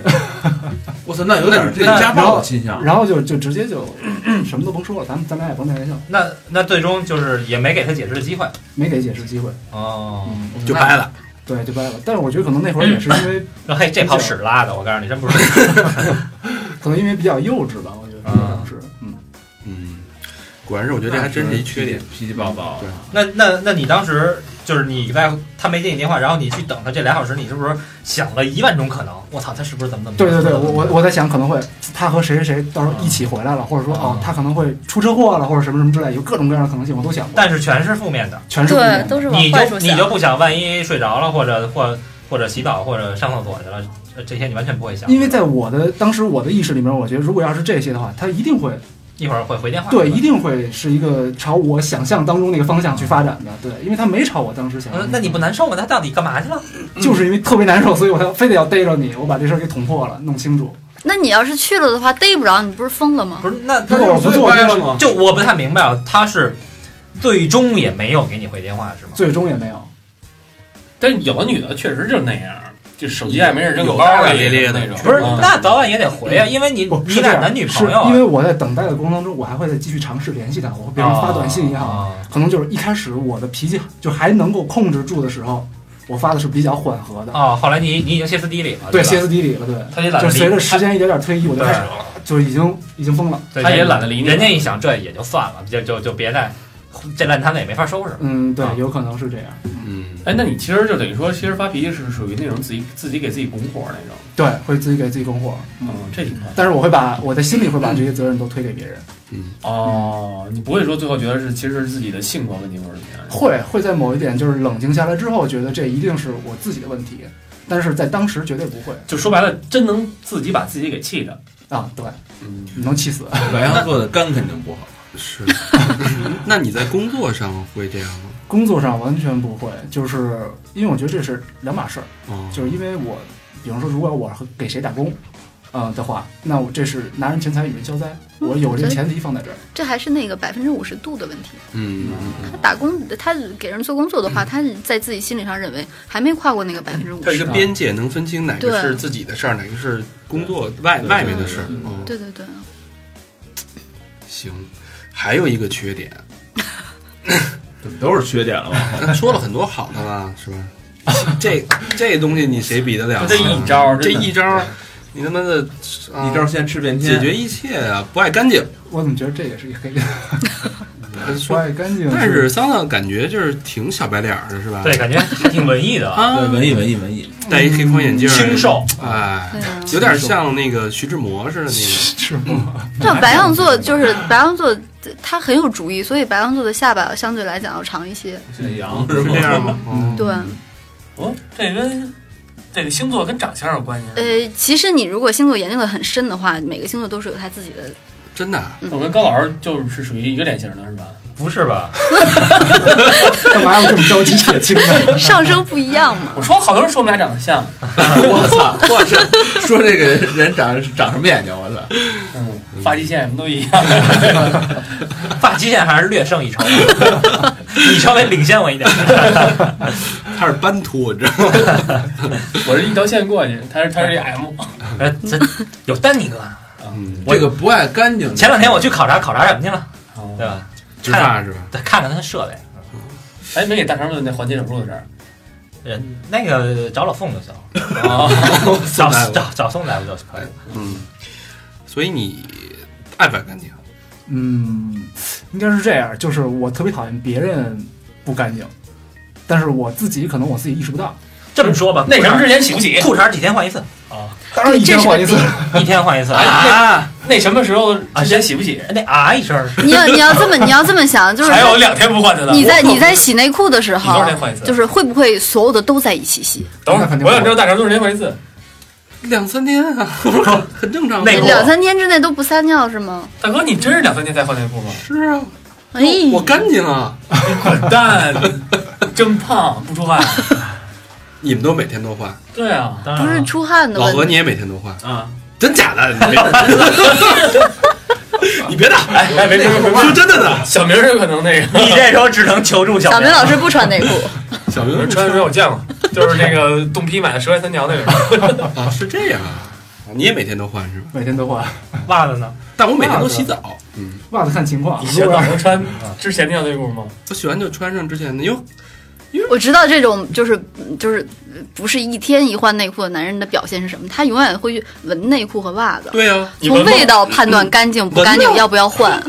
我操，那有点这那家暴的倾向。然后就就直接就 什么都甭说了，咱们咱俩也甭再联系了，那那最终就是也没给他解释的机会。没给解释机会，哦，嗯就掰了，对，就掰了。但是我觉得可能那会儿也是因为，说嘿，这泡屎拉的，我告诉你，真不是。可能因为比较幼稚吧，我觉得啊当时，嗯，嗯，果然是，我觉得这还真是一缺点。，脾气暴躁。啊对那那那你当时就是你在他没接你电话，然后你去等他这俩小时，你是不是想了一万种可能？我操，他是不是怎么怎么着？对对对，我我我在想，可能会他和谁谁谁到时候一起回来了，或者说哦啊，他可能会出车祸了，或者什么什么之类，有各种各样的可能性，我都想过，但是全是负面的，全是负面的都是往你坏就处你想。就不想万一睡着了，或者或或者洗澡或者上厕所去了，呃这这些你完全不会想，因为在我的当时我的意识里面，我觉得如果要是这些的话，他一定会一会儿会回电话。嗯对，一定会是一个朝我想象当中那个方向去发展的，对，因为他没朝我当时想嗯，那你不难受吗？他到底干嘛去了？就是因为特别难受，所以我才非得要逮着你，我把这事儿给捅破了，弄清楚。那你要是去了的话，逮不着你不是疯了吗？不是，那如那果我不做这个事，吗？就我不太明白啊，他是最终也没有给你回电话是吗？最终也没有。但是有的女的确实就那样，就手机还没人扔有包大大啊咧咧的那种。不是，嗯那早晚也得回啊，因为你不，你是这俩样男女朋友是啊因为我在等待的过程当中，我还会再继续尝试联系他，我会比方说发短信也好，啊可能就是一开始我的脾气就还能够控制住的时候，我发的是比较缓和的，哦，后来你你已经歇斯底里了，对，吧歇斯底里了，对，他也懒就得随理着时间一点点推移，我就开始对就已经已经疯了，对他也人懒得理你人家一想这也就算了，就就就别再这烂摊子也没法收拾了。嗯，对啊，有可能是这样，嗯，哎，那你其实就等于说，其实发脾气是属于那种自己自己给自己拱火那种。对，会自己给自己拱火，嗯，这挺好。但是我会把我在心里会把这些责任都推给别人，哦，你不会说最后觉得是其实是自己的性格问题或者怎么样？会会在某一点就是冷静下来之后，觉得这一定是我自己的问题，但是在当时绝对不会就说白了，真能自己把自己给气的。啊，对，嗯，能气死，白羊座的肝肯定不好，是。 那你在工作上会这样吗？工作上完全不会，就是因为我觉得这是两码事儿。哦，就是因为我，比方说，如果我和给谁打工，呃的话，那我这是拿人钱财与人消灾，我有这个前提放在这儿。这还是那个百分之五十度的问题。嗯，他打工，他给人做工作的话，他在自己心理上认为还没跨过那个百分之五它有一十个。边界，能分清哪个对是自己的事儿，哪个是工作外外面的事儿。嗯，对对对，行。还有一个缺点，怎么都是缺点了吧？咱说了很多好的了，是吧？这这东西你谁比得了啊？就这一招这真的一招，你他妈的啊一招先吃遍天，解决一切啊！不爱干净。我怎么觉得这也是一黑点？不说爱干净，但是桑桑感觉就是挺小白脸儿的，是吧？对，感觉还挺文艺的啊，啊对，，文艺文艺文艺，戴一黑框眼镜，清瘦，哎对，啊有点像那个徐志摩似的那是 吗？嗯对白羊座就是白羊座，他很有主意，所以白羊座的下巴相对来讲要长一些。沈阳个，是这样？吗？哦嗯对，哦，这跟这个星座跟长相有关系。啊呃，其实你如果星座研究的很深的话，每个星座都是有他自己的。真的啊，我跟高老师就是属于一个脸型的，是吧？不是吧？ 干嘛要这么 着急撇清呢？上升不一样 嘛。我说好多人说我们俩长得像， 我操！我操！说这个人长长什么眼睛？我操！嗯，发际线什么都一样。 发际线还是略胜一筹，你稍微领先我一点。 他是斑秃，你知道吗？我是一条线过去，他是他是一 M。哎这有丹尼哥，我嗯这个不爱干净的。前两天我去考察考察什么去了，哦对吧？植发是吧？再看看他的设备，哎，没给大肠问那环切手术的事儿。嗯人那个找老凤就行，哦找宋大夫 找找宋大夫就可以了。嗯，所以你爱不爱干净？嗯，应该是这样，就是我特别讨厌别人不干净，但是我自己可能我自己意识不到。这么说吧，那什么之前洗不洗？裤衩几天换一次？当然一天换一次，一天换一次。啊，那什么时候之前洗不洗？那啊一声，你要你要这么你要这么想，就是还有两天不换的呢。你在我你在洗内裤的时你多候少天换一次，就是会不会所有的都在一起洗？等会那肯儿，定我想知道大肠多少天换一次。两三天 啊，很正常。啊哎内裤两三天之内都不撒尿是吗？大哥，你真是两三天才换内裤吗？是啊，哎，我干净啊。滚蛋，真胖，不出汗。你们都每天都换，对啊，当不是然出汗的老何问你题。也每天都换，啊，真假 的？你别你别打，哎哎，没没没说真的呢。小明儿有可能那个，你这时候只能求助小小明明老师不穿 内裤，小明穿的时候我见过，就是那 个冻批买的十块三条那个。啊，是这样啊，你也每天都换是吧？每天都换，袜子呢？但我每天都洗澡，嗯，袜子看情况。你洗如果澡要能穿之前那条内裤吗？我喜欢就穿上之前的，哟，我知道这种就是就是不是一天一换内裤的男人的表现是什么？他永远会去闻内裤和袜子，对呀、啊，你从闻吗味道判断干净不干净，闻到要不要换。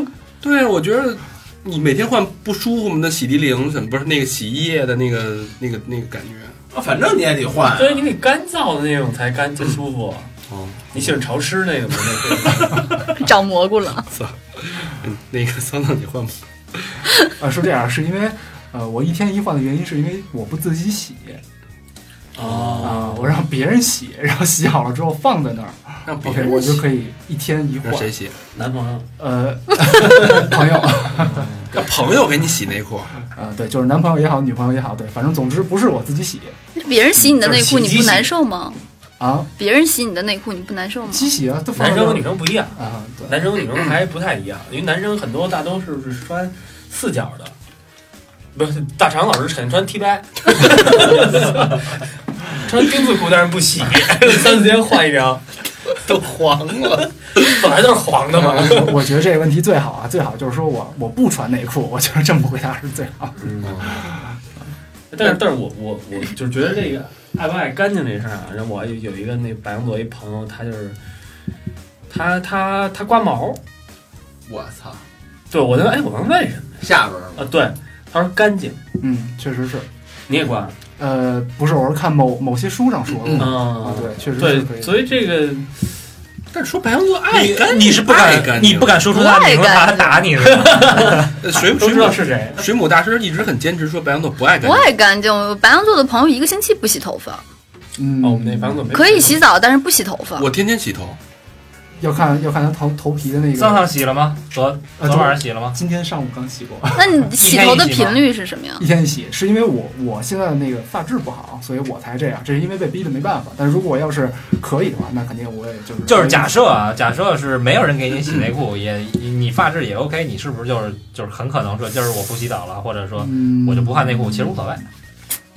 对啊，我觉得你每天换不舒服的洗涤灵什么，不是那个洗衣液的那个那个那个感觉，啊啊反正你也得换对，你得干燥的那种才干最舒服。哦，你喜欢潮湿那个吗？那个长蘑菇 了，嗯，那个桑桑你换吗？啊，是这样，是因为呃，我一天一换的原因是因为我不自己洗啊、哦，我让别人洗，然后洗好了之后放在那儿哦让别，OK，人我就洗可以一天一换让。谁洗？男朋友呃， 朋友，让朋友给你洗内裤，呃，对，就是男朋友也好，女朋友也好，对，反正总之不是我自己洗别人洗你的内裤就是你洗衣不机难受吗？啊，别人洗你的内裤你不难受吗？机洗啊，都放男生在那和儿女生不一样，啊，对， 男生和女生还不太一样，因为男生很多大都是是穿四角的，不是大长老师肯定穿 T 白，穿丁字裤但是不洗，三四天换一条，都黄了。 本来都是黄的嘛。呃我我觉得这个问题最好啊，最好就是说我我不穿内裤，我觉得这么回答是最好。但是但是我我我就是觉得这个爱不爱干净这事儿啊，让我有一个那白羊座一朋友，他就是他他他刮毛， 我操，对我就哎我问为什么下边儿啊？对，他说干净，嗯，确实是，你也刮啊、呃，不是，我是看某某些书上说的嗯嘛。啊，对，确实是可嗯对，以。所以这个但是说白羊座爱 你干净，啊你是不爱敢干你净不敢说出他名字，哎不爱干怕他打你是吧？呃水都水知道母 是谁。水母大师一直很坚持说白羊座不爱干不净，爱干净，我白羊座的朋友一个星期不洗头发，嗯，哦，我们那白羊座没可以洗澡，但是不洗头发。我天天洗头，要看要看他头头皮的那桑个。桑洗了吗？啊昨呃昨晚上洗了吗？今天上午刚洗过，那你洗头的频率是什么呀？ 一天一洗，是因为我我现在的那个发质不好，所以我才这样。这是因为被逼的没办法。但如果要是可以的话，那肯定我也就是就是假设啊，假设是没有人给你洗内裤，也你你发质也 OK，你是不是就是就是很可能说就是我不洗澡了，或者说嗯，我就不换内裤，其实无所嗯谓。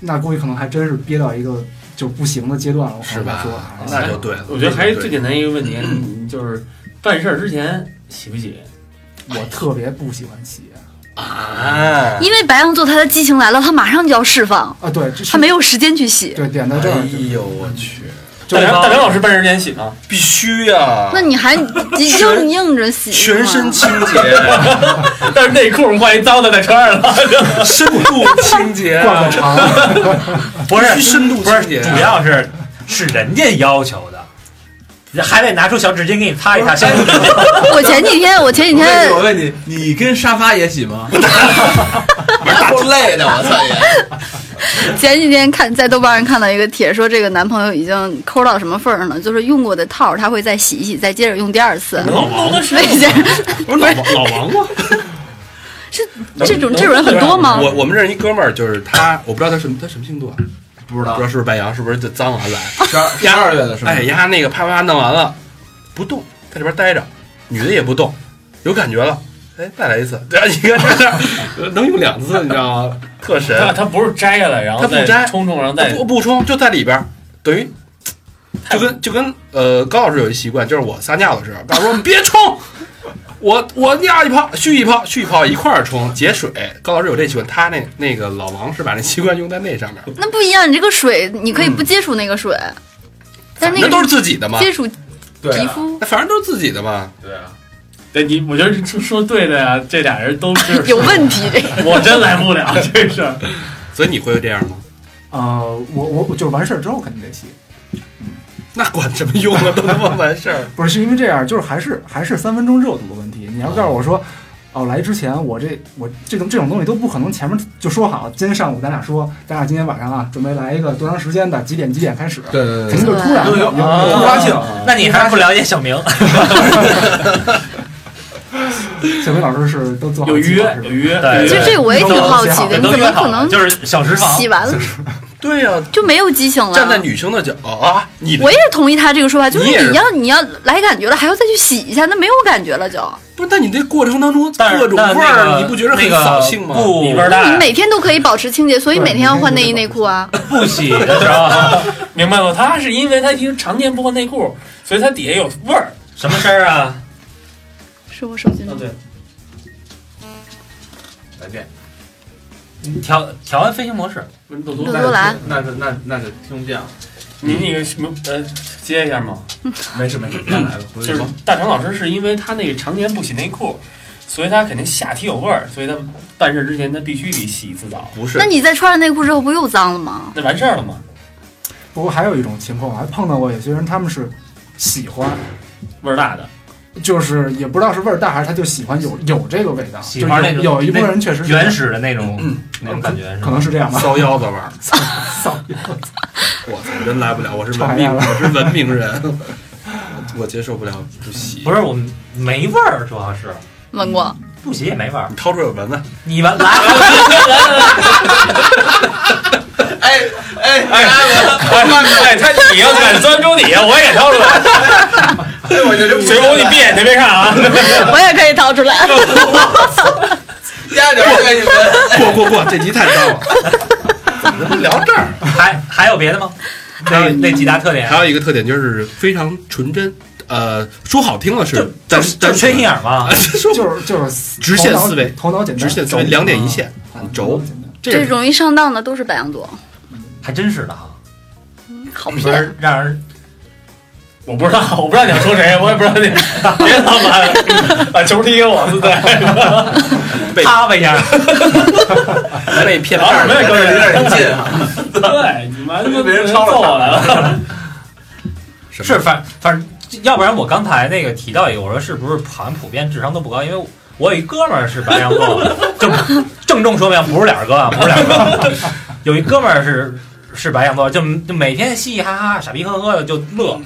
那估计可能还真是憋到一个就不行的阶段了，我可是能再吧说哎？那就对了。我觉得还是最对简单一个问题，你就是办事儿之前洗不洗？我特别不喜欢洗啊，因为白羊座他的激情来了，他马上就要释放，啊，对，这是他没有时间去洗。对点到这哎儿就，呦我去，大对梁方大梁老师办事儿之前洗吗？必须啊呀那！你还你硬硬着洗是吗全身清洁，但是内裤换一脏的再穿上了。深度清洁啊，灌个肠，不是必须深度不是清洁，主要是是人家要求的，人还得拿出小纸巾给你擦一擦。小指甲我前几天，我前我几问天你，我问你，你跟沙发也洗 吗？够累的，我操也！前几天看在豆瓣上看到一个帖，说这个男朋友已经抠到什么份儿上了，就是用过的套儿他会再洗一洗，再 接着用第二次。能不能为啥？不是老王老王吗？是这种这种人很多吗？我我们认识一哥们儿，就是他，我不知道他什么他什么星座啊，不知不道知道是不是白羊，是不是就脏了 来？十二十二月的是吗？哎，呀，那个啪啪弄完了，不动，在里边待着，女的也不动，有感觉了，哎，再来一次， 对啊，你看在那儿能用两次，你知道吗？特神，他他不是摘下来，然后他不再摘冲冲，然后再不不冲就在里边儿，等于太就跟就跟呃高老师有一习惯，就是我撒尿的时候，告诉我你别冲，我我尿一泡，续一泡，续一泡一块儿冲节水。高老师有这习惯，他那那个老王是把那习惯用在那上面，那不一样，你这个水你可以不接触那个水，但反正那个都是自己的嘛，接触对皮啊肤，那反正都是自己的嘛。对啊，对你，我觉得说说对的呀，这俩人都 是有问题。 这个我真来不了这事儿。所以你会这样吗？啊，我我我就完事儿之后肯定得洗，那管什么用啊，都他妈完事 儿。不是是因为这样，就是还是还是三分钟热度的问题。你要告诉我说，哦，来之前我这我这种这种东西都不可能前面就说好，今天上午咱俩说，咱俩今天晚上啊准备来一个多长时间的，几点几点开始，对对对肯定就突然对有有啊突发性。那你还不了解小明？小明老师是都做好有预计划约，是吧有预约，对有其约实这个我也挺好奇的，也你都怎约么好可了，能就是小时长。洗完了对呀、就没有激情了？站在女生的角啊，你的我也是同意他这个说法，就是你也是你要你要来感觉了，还要再去洗一下，那没有感觉了就。不是？但你这过程当中但是各种但味儿，那个你不觉得很那个扫兴吗？不里边大你呀，每天都可以保持清洁，所以每天要换内衣内裤啊。不洗的时候，明白吗？他是因为他因为常年不换内裤，所以他底下有味儿。什么事儿啊？是我手机吗哦嗯，？对，来电。你调调完飞行模式，温度多多多兰，那是那那就听不见了，你那个什么呃，接一下嘛，没事没事，别来了，回就去是吧。大成老师是因为他那个常年不洗内裤，所以他肯定下体有味儿，所以他办事之前他必须得洗一次澡，不是那，你在穿上内裤之后不又脏了吗？那完事儿了嘛，不过还有一种情况，我还碰到过有些人，他们是喜欢，味儿大的。就是也不知道是味儿大还是他就喜欢有有这个味道，喜欢那就种有有一部分人确实是嗯原始的那种那种感觉是可吧？能是这样吧。骚腰子味 儿，骚 我操，真来不了，我是吵文架明，了我是文明人， 我接受不了不洗。不是我们没味儿，主要是闻过，不洗也没味儿。你掏出来有蚊 子，你 们来，来哎哎哎哎，他你要敢钻猪底下，我也掏出来。哎，我就这水母，你闭眼睛别看啊！我也可以掏出来。压着我给你们。过过过，这集太 脏了。怎么聊这儿？还还有别的吗？还有那几大特点还，有一个特点就是非常纯真，呃，说好听了是啊就咱就是就咱是缺心眼儿嘛。说就是就是直线思维头脑头脑简 单，直线思维，两点一线，啊，轴简单。这这容易上当的都是白羊座，还真是的哈，好 不骗。是让人我不知道，我不知道你要说谁，我也不知道你，别他妈把球踢给我，对不对？ 被啪吧一下， 被骗了老二二十没有年，高人有点近哈， 对，你妈他妈别人抄了揍我来了。什么是反反正，要不然我刚才那个提到一个，我说是不是好像普遍智商都不高？因为我有一哥们儿是白羊座，郑郑重说明不是俩哥啊，不是俩哥，有一哥们儿是是白羊座，就就每天嘻嘻哈哈、傻逼呵呵的就乐，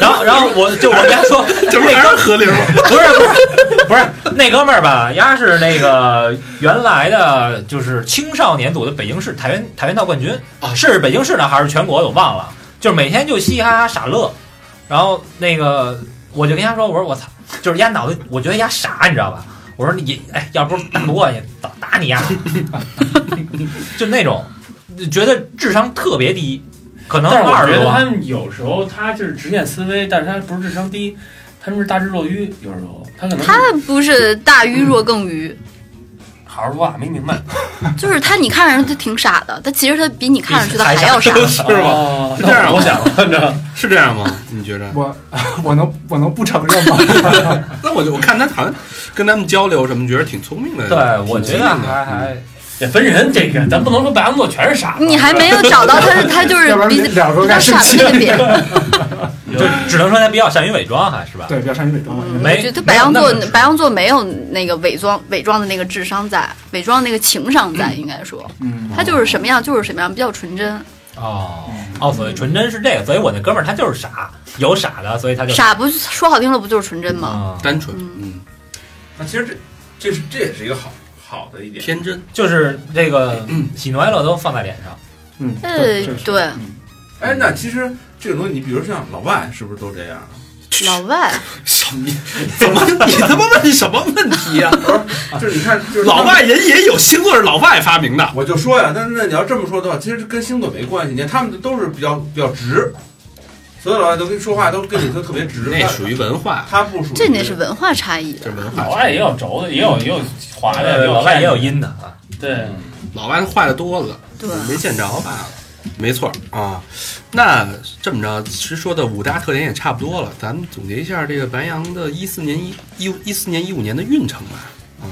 然后然后我就我跟他 说，这不是还是河流吗？ 不是不是不是那哥们儿吧？丫是那个原来的，就是青少年组的北京市跆拳跆拳道冠军啊是北京市呢还是全国的我忘了。就是每天就嘻嘻哈哈傻乐，然后那个我就跟他说，我说我操，就是丫脑子，我觉得丫傻，你知道吧？我说你哎，要不是打不过你，早打你丫， 就那种觉得智商特别低，可能但是我二觉十得他多。们有时候他就是直线思维，但是他不是智商低，他们是大智若愚，有时候他可能是他不是大愚若更愚，好好说话没明白，就是他，你看着他挺傻的，他其实他比你看上去的还要傻。 是吗？吗是这样吗我想了，是这样吗？你觉着？我 我能我能不承认吗？ 那我就我看他好像跟咱们交流什么，觉得挺聪明的。对，我觉挺得机灵的还还这分人这个，咱不能说白羊座全是傻子。你还没有找到 他，他就是要不然比两两个比较该生傻的气那个点。 就只能说他比较善于伪装，还是吧？对，比较善于伪装吧。嗯没我觉得白羊没有座那么，白羊座没有那个伪装伪装的那个智商在，伪装的那个情商在，应该说，嗯，他就是什么样就是什么样，比较纯真，哦哦，所以纯真是这个，所以我那哥们儿他就是傻，有傻的，所以他就嗯傻不说好听了不就是纯真吗？啊，单纯，嗯嗯， 那其实这这是这也是一个好好的一点。天真，就是这个喜怒哀乐都放在脸上。嗯，呃，对，哎，那其实这种东西，你比如像老外是不是都这样？啊老外什么？ 怎么你他妈问什么问题呀、 就是你看，就是老外人也有星座是老外发明的，我就说呀，那那你要这么说的话，其实跟星座没关系，你看他们都是比较比较直，所有老外都跟说话都跟你都特别直。那属于文化，他不属于，这那是文化差异的。这文化。老外也有轴的，也有也有滑的，呃老外外也有阴的啊。对，老外坏的多了，对没见着罢了。没错儿啊，那这么着，其实说的五大特点也差不多了，咱们总结一下这个白羊的一四年一一一四年一五年的运程吧。啊、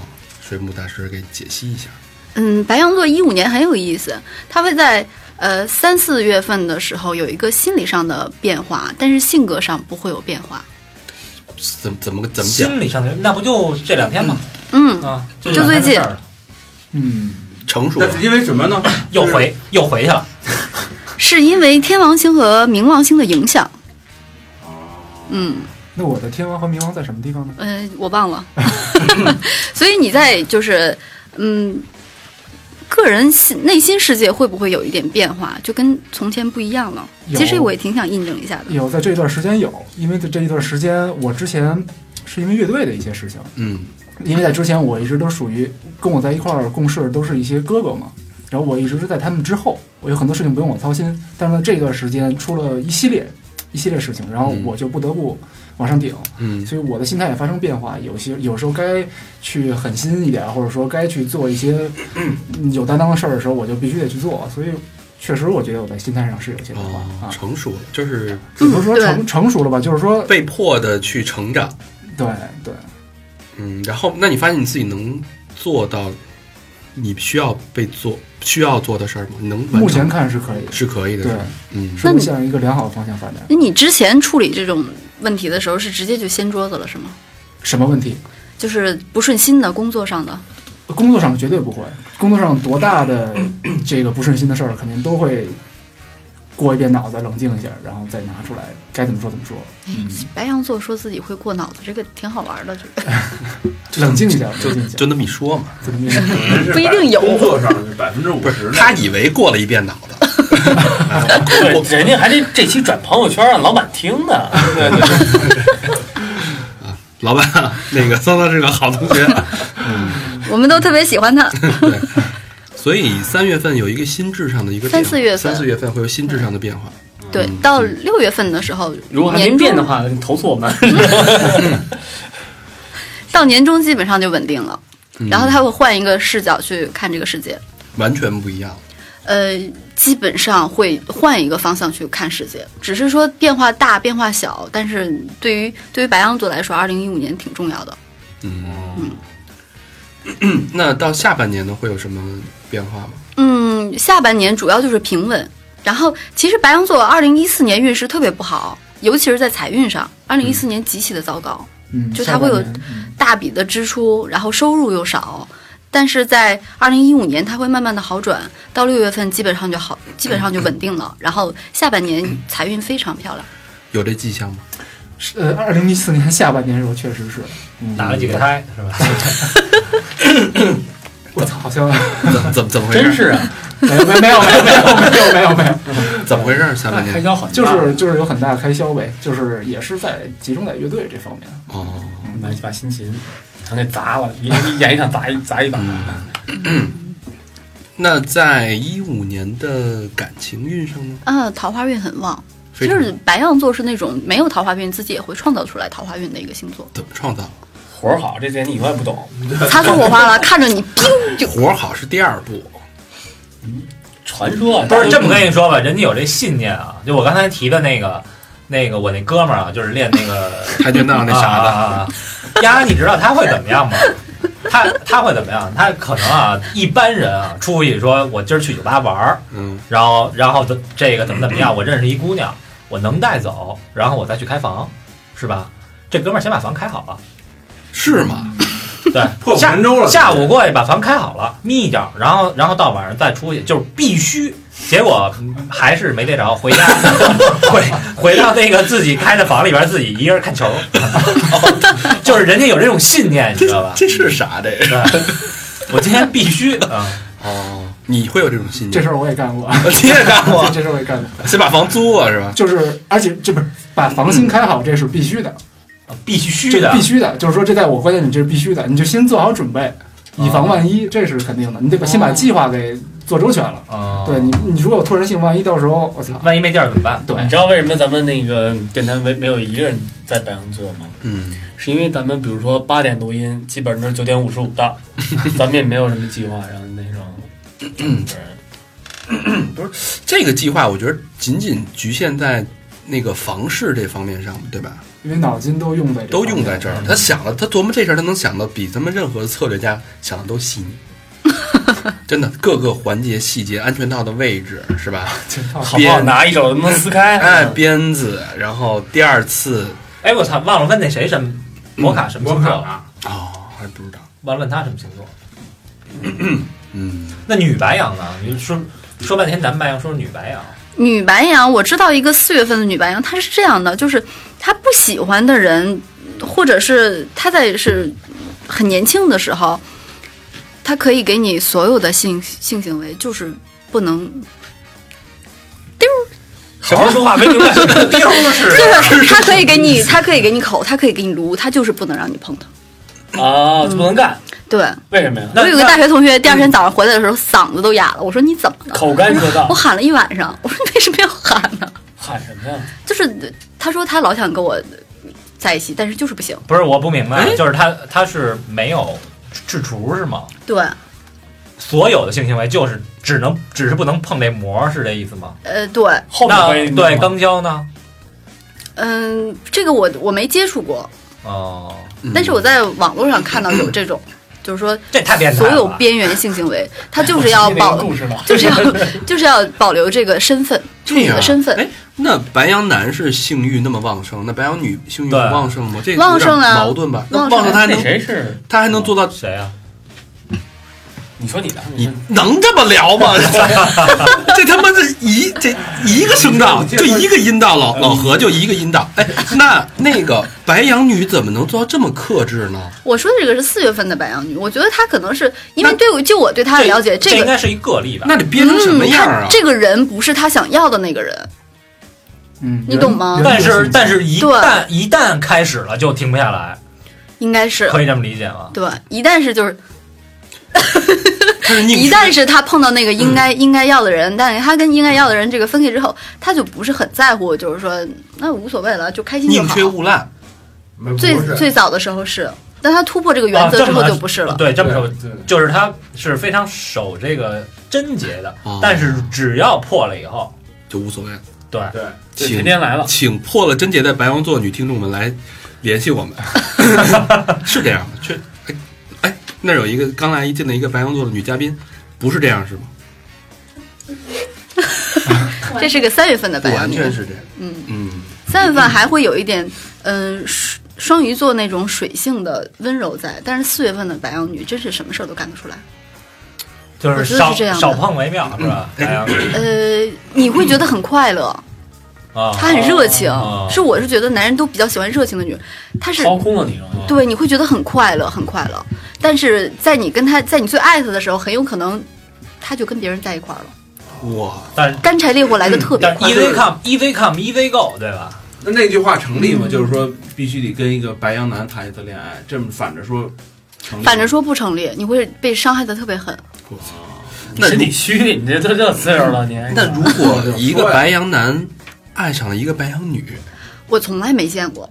水母大师给解析一下。嗯，白羊座一五年很有意思，它会在呃三四月份的时候有一个心理上的变化，但是性格上不会有变化。怎么怎么怎么讲？心理上的那不就这两天吗？嗯，啊，就这两天的最近事儿了嗯，成熟那是因为什么呢？又回又回去了。是因为天王星和冥王星的影响。哦嗯，那我的天王和冥王在什么地方呢？呃，我忘 了。 所以你在就是嗯，个人心内心世界会不会有一点变化，就跟从前不一样了？有其实我也挺想印证一下的。有，在这一段时间有，因为在这一段时间，我之前是因为乐队的一些事情，嗯，因为在之前我一直都属于跟我在一块儿共事都是一些哥哥嘛，然后我一直是在他们之后，我有很多事情不用我操心，但是呢这一段时间出了一系列一系列事情，然后嗯我就不得不往上顶，嗯，所以我的心态也发生变化，有些有时候该去狠心一点，或者说该去做一些嗯有担当的事儿的时候，我就必须得去做，所以确实我觉得我在心态上是有些变化、哦啊，。成熟了，就是也不是说嗯对成成熟了吧，就是说，被迫的去成长。对对，嗯，然后那你发现你自己能做到你需要被做需要做的事儿吗？你能完成目前看是可以的，是可以的，对是吧，嗯，是会向一个良好的方向发展。那你之前处理这种问题的时候，是直接就掀桌子了是吗？什么问题？就是不顺心的工作上的，工作上绝对不会，工作上多大的这个不顺心的事儿，肯定都会过一遍脑子，冷静一下，然后再拿出来，该怎么说怎么说，白羊座说自己会过脑子，这个挺好玩的，这个 冷静一下，冷就静一下就，那么一说嘛。就这么一说不一定有工作上是百分之五十，他以为过了一遍脑子，对，人家还得这期转朋友圈让老板听呢。对对对，老板啊，那个桑桑是个好同学，我们都特别喜欢他。所以三月份有一个心智上的一个三四变化月份三四月份会有心智上的变化。对，到六月份的时候，嗯如果还没年变的终话，你投诉我们。到年终基本上就稳定了，嗯然后他会换一个视角去看这个世界，完全不一样，呃，基本上会换一个方向去看世界，只是说变化大变化小，但是对于对于白羊座来说，二零一五年挺重要的。嗯。那到下半年呢，会有什么变化吗？嗯，下半年主要就是平稳。然后，其实白羊座二零一四年运势特别不好，尤其是在财运上，二零一四年极其的糟糕，嗯，就它会有下半年嗯大笔的支出，然后收入又少。但是在二零一五年，它会慢慢的好转，到六月份基本上就好，基本上就稳定了。然后下半年财运非常漂亮，有这迹象吗？是呃，二零一四年下半年的时候确实是，嗯打了几个胎是吧？我操，好像怎怎怎么回真事？是啊，没有没有没有没有没有没有没有，怎么回事？下半开年销很大就是就是有很大的开销呗，就是也是在集中在乐队这方面。哦，买几把新琴，然后给砸了，一一演一场砸一砸一把。那在一五年的感情运上呢？啊，桃花运很旺。非就常是白羊座是那种没有桃花运，自己也会创造出来桃花运的一个 星座。怎么创造？活儿好，这点你永远不懂。擦出火花了，看着你，砰就活儿好是第二步，传说不是这么跟你说吧，人家有这信念啊。就我刚才提的那个，那个我那哥们儿啊，就是练那个跆拳道那啊傻子，啊 啊丫，你知道他会怎么样吗？他他会怎么样？他可能啊，一般人啊，出去说我今儿去酒吧玩儿，嗯，然后然后怎这个怎么怎么 样，我认识一姑娘，我能带走，然后我再去开房，是吧？这哥们儿先把房开好了，是吗？破对，釜下沉舟了下午过去把房开好了，眯一觉，然后然后到晚上再出去，就是必须结果还是没逮着，回 家回回到那个自己开的房里边，自己一个人看球， 就是人家有这种信念，你知道吧？这是啥这？对我今天必须嗯啊，哦，你会有这种信念？这事儿我也干过，？你也干过这事儿我也干过， 先把房租啊了是吧？就是而且这不是把房新开好，这是必须的，必须这的，是必须的，就是说这在我观念里这是必须的，你就先做好准备，以防万一，这是肯定的，你得把先把计划给做周全了。啊，对你，你如果有突然性，万一到时候我操，万一没地儿怎么办？对你知道为什么咱们那个电台没没有一个人在白羊座吗？嗯，是因为咱们比如说八点录音，基本上都是九点五十五 到，咱们也没有什么计划，然后那种，对这个计划我觉得仅仅局限在那个房市这方面上，对吧？因为脑筋都用在这都方面用在这嗯儿。他想了，他琢磨这事儿，他能想到比咱们任何策略家想的都细腻。 真的，各个环节、细节、安全套的位置是吧？ 好不好拿一手能撕开？哎，鞭子，然后第二次哎，我操，忘了问那谁什么摩卡什么星座，卡哦，还不知道。忘了问他什么星座。嗯，那女白羊呢？你说说半天男白羊，说女白羊，女白羊，我知道一个四月份的女白羊，她是这样的，就是她不喜欢的人，或者是她在是很年轻的时候，她可以给你所有的性性行为，就是不能，好好说话没明白，就是就是她可以给你，她可以给你口，她可以给你撸，她就是不能让你碰她。啊，不能干，对为什么呀？我那嗯有个大学同学，第二天早上回来的时候嗓子都哑了，我说你怎么了？口干舌我燥，喊了一晚上，我说你为什么要喊呢？喊什么呀？就是他说他老想跟我在一起，但是就是不行。不是我不明嗯白，就是他他是没有制除是吗？对，所有的性行为就是只能只是不能碰这膜，是这意思吗？呃，对，后面那关系对肛交呢？嗯，这个我我没接触过，哦，但是我在网络上看到有这种，就是说这嗯哎太变态所了吧。有边缘性 行为，他就是要保，故事了， 就是要就是要保留这个身份，这处女样的身份。哎，那白羊男是性欲那么旺盛，那白羊女性欲不对旺盛吗？这有旺盛点啊矛盾吧？那旺盛旺盛他还那能谁是？他还能做到？谁啊？你说你的，你能这么聊 吗？这他妈的一这一个声 道，就一个阴道，老老何就一个阴道。哎，那那个白羊女怎么能做到这么克制呢？我说的这个是四月份的白羊女，我觉得她可能是因为对我就我对她的了解，这应个该是一个例吧？那得憋成什么样嗯啊她？这个人不是她想要的那个人，嗯，你懂吗人但人是性但是一对旦一旦开始了就停不下来，应该是可以这么理解吗？对。一旦是就是他是宁一旦是他碰到那个应该、嗯应该要的人，但是他跟应该要的人这个分开之后，他就不是很在乎，就是说那无所谓了，就开心就宁好缺。毋滥，没不最是最早的时候是，但他突破这个原啊则这之么后就不是了。对，这么说对对就是他是非常守这个贞洁的哦，但是只要破了以后，就无所谓了。对，对，对请天天来了，请破了贞洁的白羊座女听众们来联系我 们，是这样的，确，哎，哎，那儿有一个刚来一进来一个白羊座的女嘉宾，不是这样是吗？这是个三月份的白羊女，是这样，嗯，嗯，三月份还会有一点嗯双双鱼座那种水性的温柔在，但是四月份的白羊女真是什么事儿都干得出来。就我是觉得是少这样的少碰为妙，是 吧？哎白羊呃，你会觉得很快乐，啊，她很热情哦，是我是觉得男人都比较喜欢热情的女人，她是掏空了你容易。对，你会觉得很快乐，很快乐。但是在你跟他，在你最爱他的时候，很有可能他就跟别人在一块儿了，哇，但是干柴烈火来的特别嗯但，E 快。 easy come easy come easy go，对吧？那那句话成立吗？就是说必须得跟一个白羊男谈一次恋爱，这么反着说成立吗，反正说不成立，你会被伤害的特别狠。你身体虚，你这都这岁数了，你还那如果一 个白羊男爱上了一个白羊女，我从来没见过，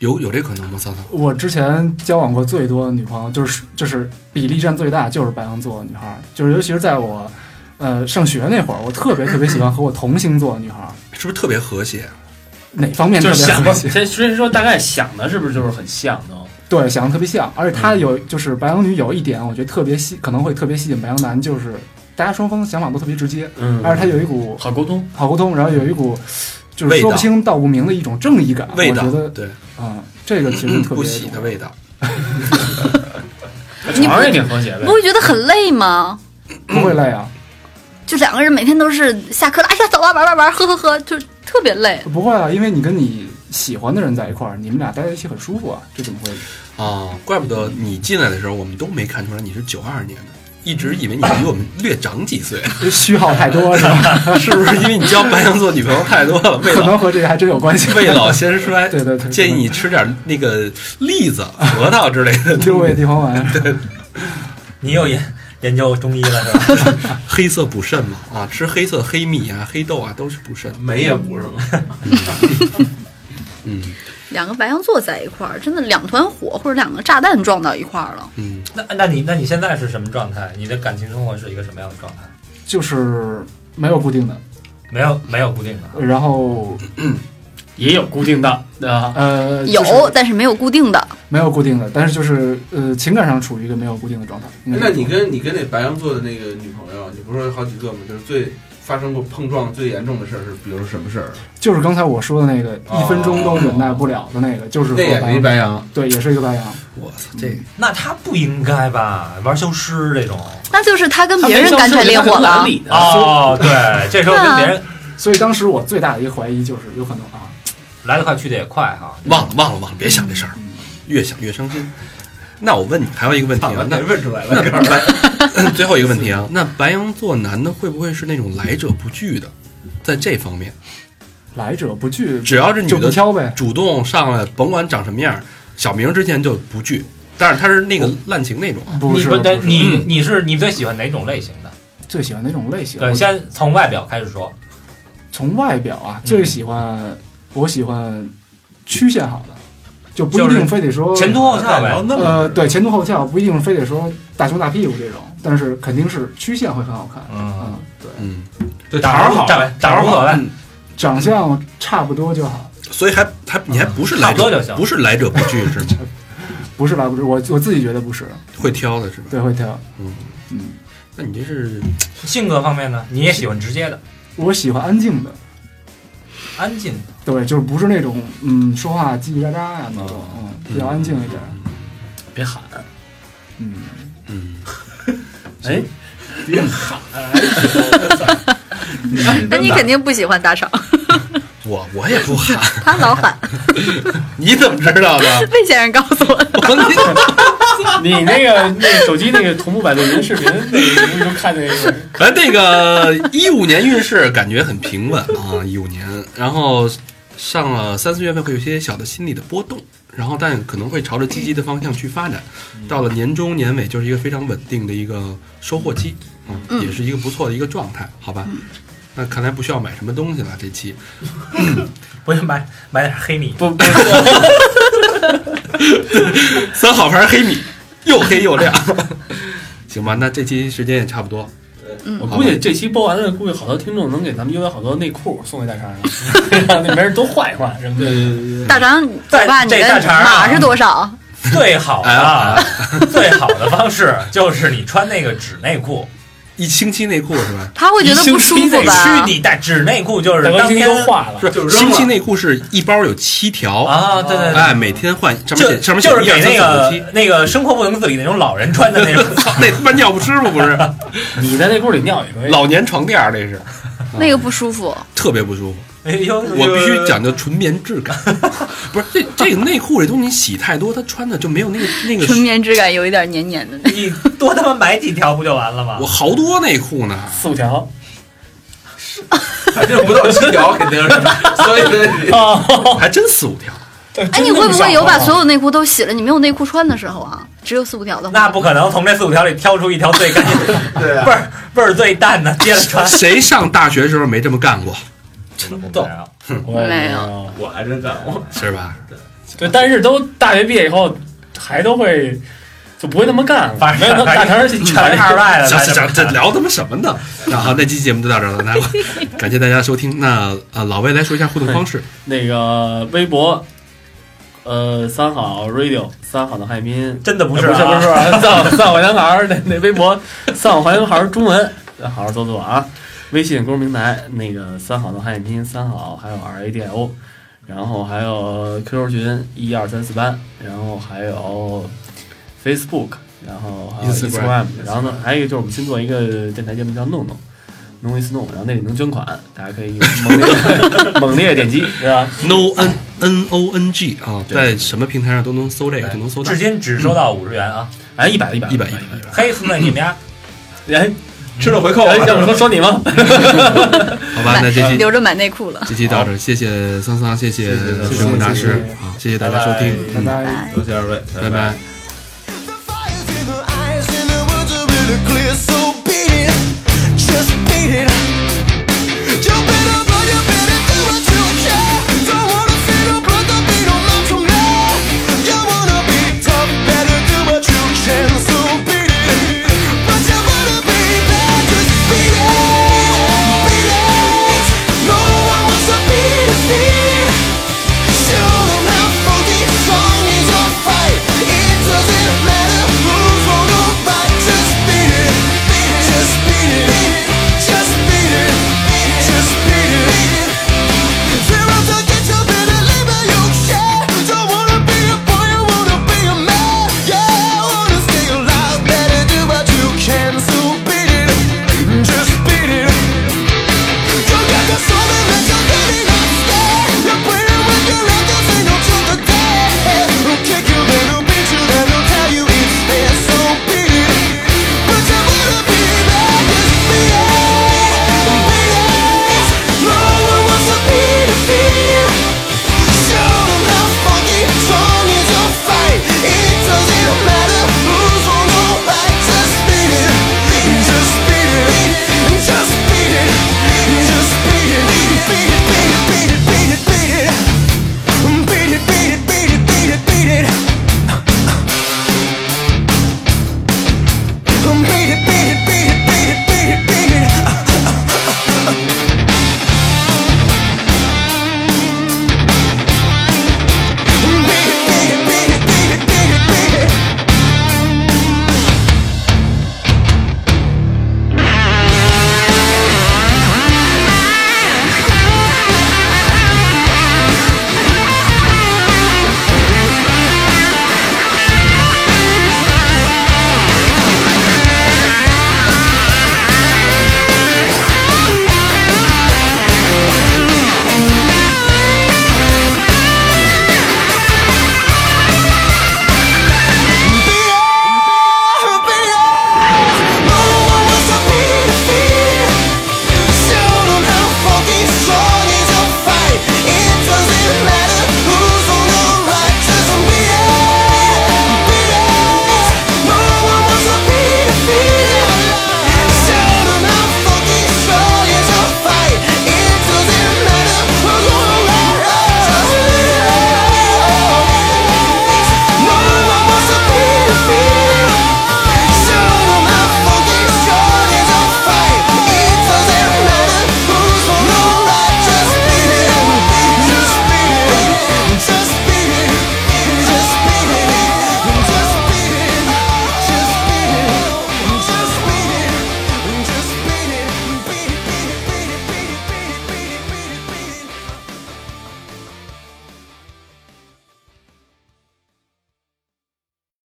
有有这可能吗？桑桑，我之前交往过最多的女朋友，就是就是比例占最大，就是白羊座的女孩儿，就是尤其是在我，呃，上学那会儿，我特别特别喜欢和我同星座的女孩儿，是不是特别和谐？哪方面特就是别想合适先先说大概想的是不是就是很像都？对，想的特别像，而且她嗯有就是白羊女有一点，我觉得特别吸，可能会特别吸引白羊男，就是大家双方想法都特别直接，嗯而且她有一股好沟通，好沟通，然后有一股就是味道说不清道不明的一种正义感，味道我觉得，对，嗯，这个其实嗯特别不喜的味道，你床上也挺和谐的不。会觉得很累吗？不会累啊。就两个人每天都是下课了，哎呀，走啊，玩玩玩，喝喝喝，就特别累。不会啊，因为你跟你喜欢的人在一块儿，你们俩待在一起很舒服啊，这怎么会？哦，怪不得你进来的时候我们都没看出来你是九二年的，一直以为你比我 们略长几岁，这虚耗太多是吧？是不是因为你交白羊座女朋友太多了，未 可能老和这个还真有关系。未老先衰？对对对建议你吃点那个栗 子、核桃之类的六味地黄丸，你又研 研究中医了是吧？ 黑色补肾嘛，啊，吃黑色黑米啊、黑豆啊都是补肾。没也不是吗？嗯两个白羊座在一块儿，真的两团火或者两个炸弹撞到一块儿了，嗯，那那你那你现在是什么状态？你的感情生活是一个什么样的状态？就是没有固定的，没有没有固定的，然后也有固定的啊，呃，有、就是但是没有固定的。没有固定的，但是就是呃，情感上处于一个没有固定的状态。应该那你说跟你跟那白羊座的那个女朋友，你不是说有好几个吗？就是最发生过碰撞最严重的事儿是，比如说什么事儿？就是刚才我说的那个哦一分钟都忍耐不了的那个，就是那也是一和白羊，对，也是一个白羊。我操，这个那他不应该吧？玩消失这种啊那就是他跟别人干柴烈火了，啊哦， 对，这时候跟别人所以当时我最大的一个怀疑就是，有可能啊，来得快去得也快哈。忘了忘了忘了，别想这事儿，越想越伤心。那我问你，还有一个问题啊，那问出来了，最后一个问题啊，那 白羊座男的会不会是那种来者不拒的？在这方面，来者不拒，只要是女就不的挑呗。主动上来，甭管长什么样，小明之前就不拒，但是他是那个滥情那种。不你是，不但不是你嗯你是你最喜欢哪种类型的？最喜欢哪种类型？对，我先从外表开始说。从外表啊，嗯最喜欢我喜欢曲线好的，就不一就是定非得说前凸后翘呗，那呃，对，前凸后翘不一定非得说大胸大屁股这种，但是肯定是曲线会很好看。嗯，嗯，对，嗯，对长好，长长无所谓，长相差不多就好，所以还还你还不是差来不多者就行。嗯不是来者不拒是 吗？不是吧？不是，我我自己觉得不是，会挑的是吧？对，会挑。嗯嗯，那你这是性格方面呢，你也喜欢直接的、我喜欢安静的，安静的。对，就是不是那种嗯说话叽叽喳喳呀那种，嗯，比较安静一点。别喊，嗯， 嗯，哎，那你肯定不喜欢大赏，我我也不喊，他老喊。 你怎么知道 的？魏先生告诉我的，我你你那个那个手机那个同步百度云视频，那个你不就看那 个？哎，那个一五年运势感觉很平稳啊， 一五年，然后上了三四月份会有一些小的心理的波动，然后但可能会朝着积极的方向去发展。嗯到了年中年尾，就是一个非常稳定的一个收获期，嗯，嗯也是一个不错的一个状态，好嗯吧？那看来不需要买什么东西了，这期不是买买点 黑米，不不，三好牌黑米，又黑又亮， 行吧？那这期时间也差不多，嗯我估计这期播完了，估计好多听众能给咱们邮点好多内裤送给大肠上， 让那没人都换一换什么的。大肠，在走吧，你这大的肠啊码是多少？最好的、哎呀 最好的方式就是你穿那个纸内裤。一星期内裤是吧？他会觉得不舒服吧去？你带纸内裤就是大哥当今天天都化了，是就扔星了期内裤是一包有七条啊，对对对。哎，每天换上面就写上面写就是一二给三那四五个七，那个生活不能自理那种老人穿的 那种，那他妈尿不湿吗？不 是， 你在内裤里尿一回，老年床垫儿这是那个不舒服，特别不舒服。哎呦，我必须讲究纯棉质 感，不是这这个内裤这东西你洗太多，它穿的就没有那个那个纯。棉质感有一点黏黏的。你多他妈买几条不就完了吗我？好多内裤 呢，四五条。 反正不到七条肯定是，所以呢 还真四五条。。哎，你会不会有把所有内裤都洗了，你没有内裤穿的时候啊？只有四五条的话，那不可能，从这四五条里挑出一条最干净的、对啊味儿味儿最淡的，接着穿谁上大学时候没这么干过， 真逗的，我也没有有？我还真干过。是吧？对，但是都大学毕业以后，还都会就不会那么干了。反没正有那么大肠去全是二外的，想咱想们这聊他妈什 么呢？那好，那期节目就到这儿了，那感谢大家收听。那呃，老魏来说一下互动方式，那个微博，呃，三好 radio，三好的汉语拼音，真的不不是不是不啊是， 三好三好环球孩儿那那微博，三好环球孩儿中文，好好搜索啊。微信公众平台那个三好的汉语拼音三好，还有 R A D I O，然后还有 QQ 群一二三四班，然后还有 Facebook，然后还有 Instagram Instagram，然后呢还有一个就是我们新做一个电台节目叫弄弄，弄一次弄，然后那里能捐款，大家可以猛烈猛烈点击，是吧？ No N N O N G 啊，对在什么平台上都能搜这个，就能搜到至。今只收到五十元啊！哎，一百一百一百一百一嘿，孙子，你们家百，哎，吃了回扣哎，要不说说你吗？好吧，那这期留着买内裤了。这期到这儿，谢谢桑桑，谢谢水母大师啊，谢谢大家收听，嗯拜拜。多谢二位，拜拜。 The fires in her eyes and the words are really clear, so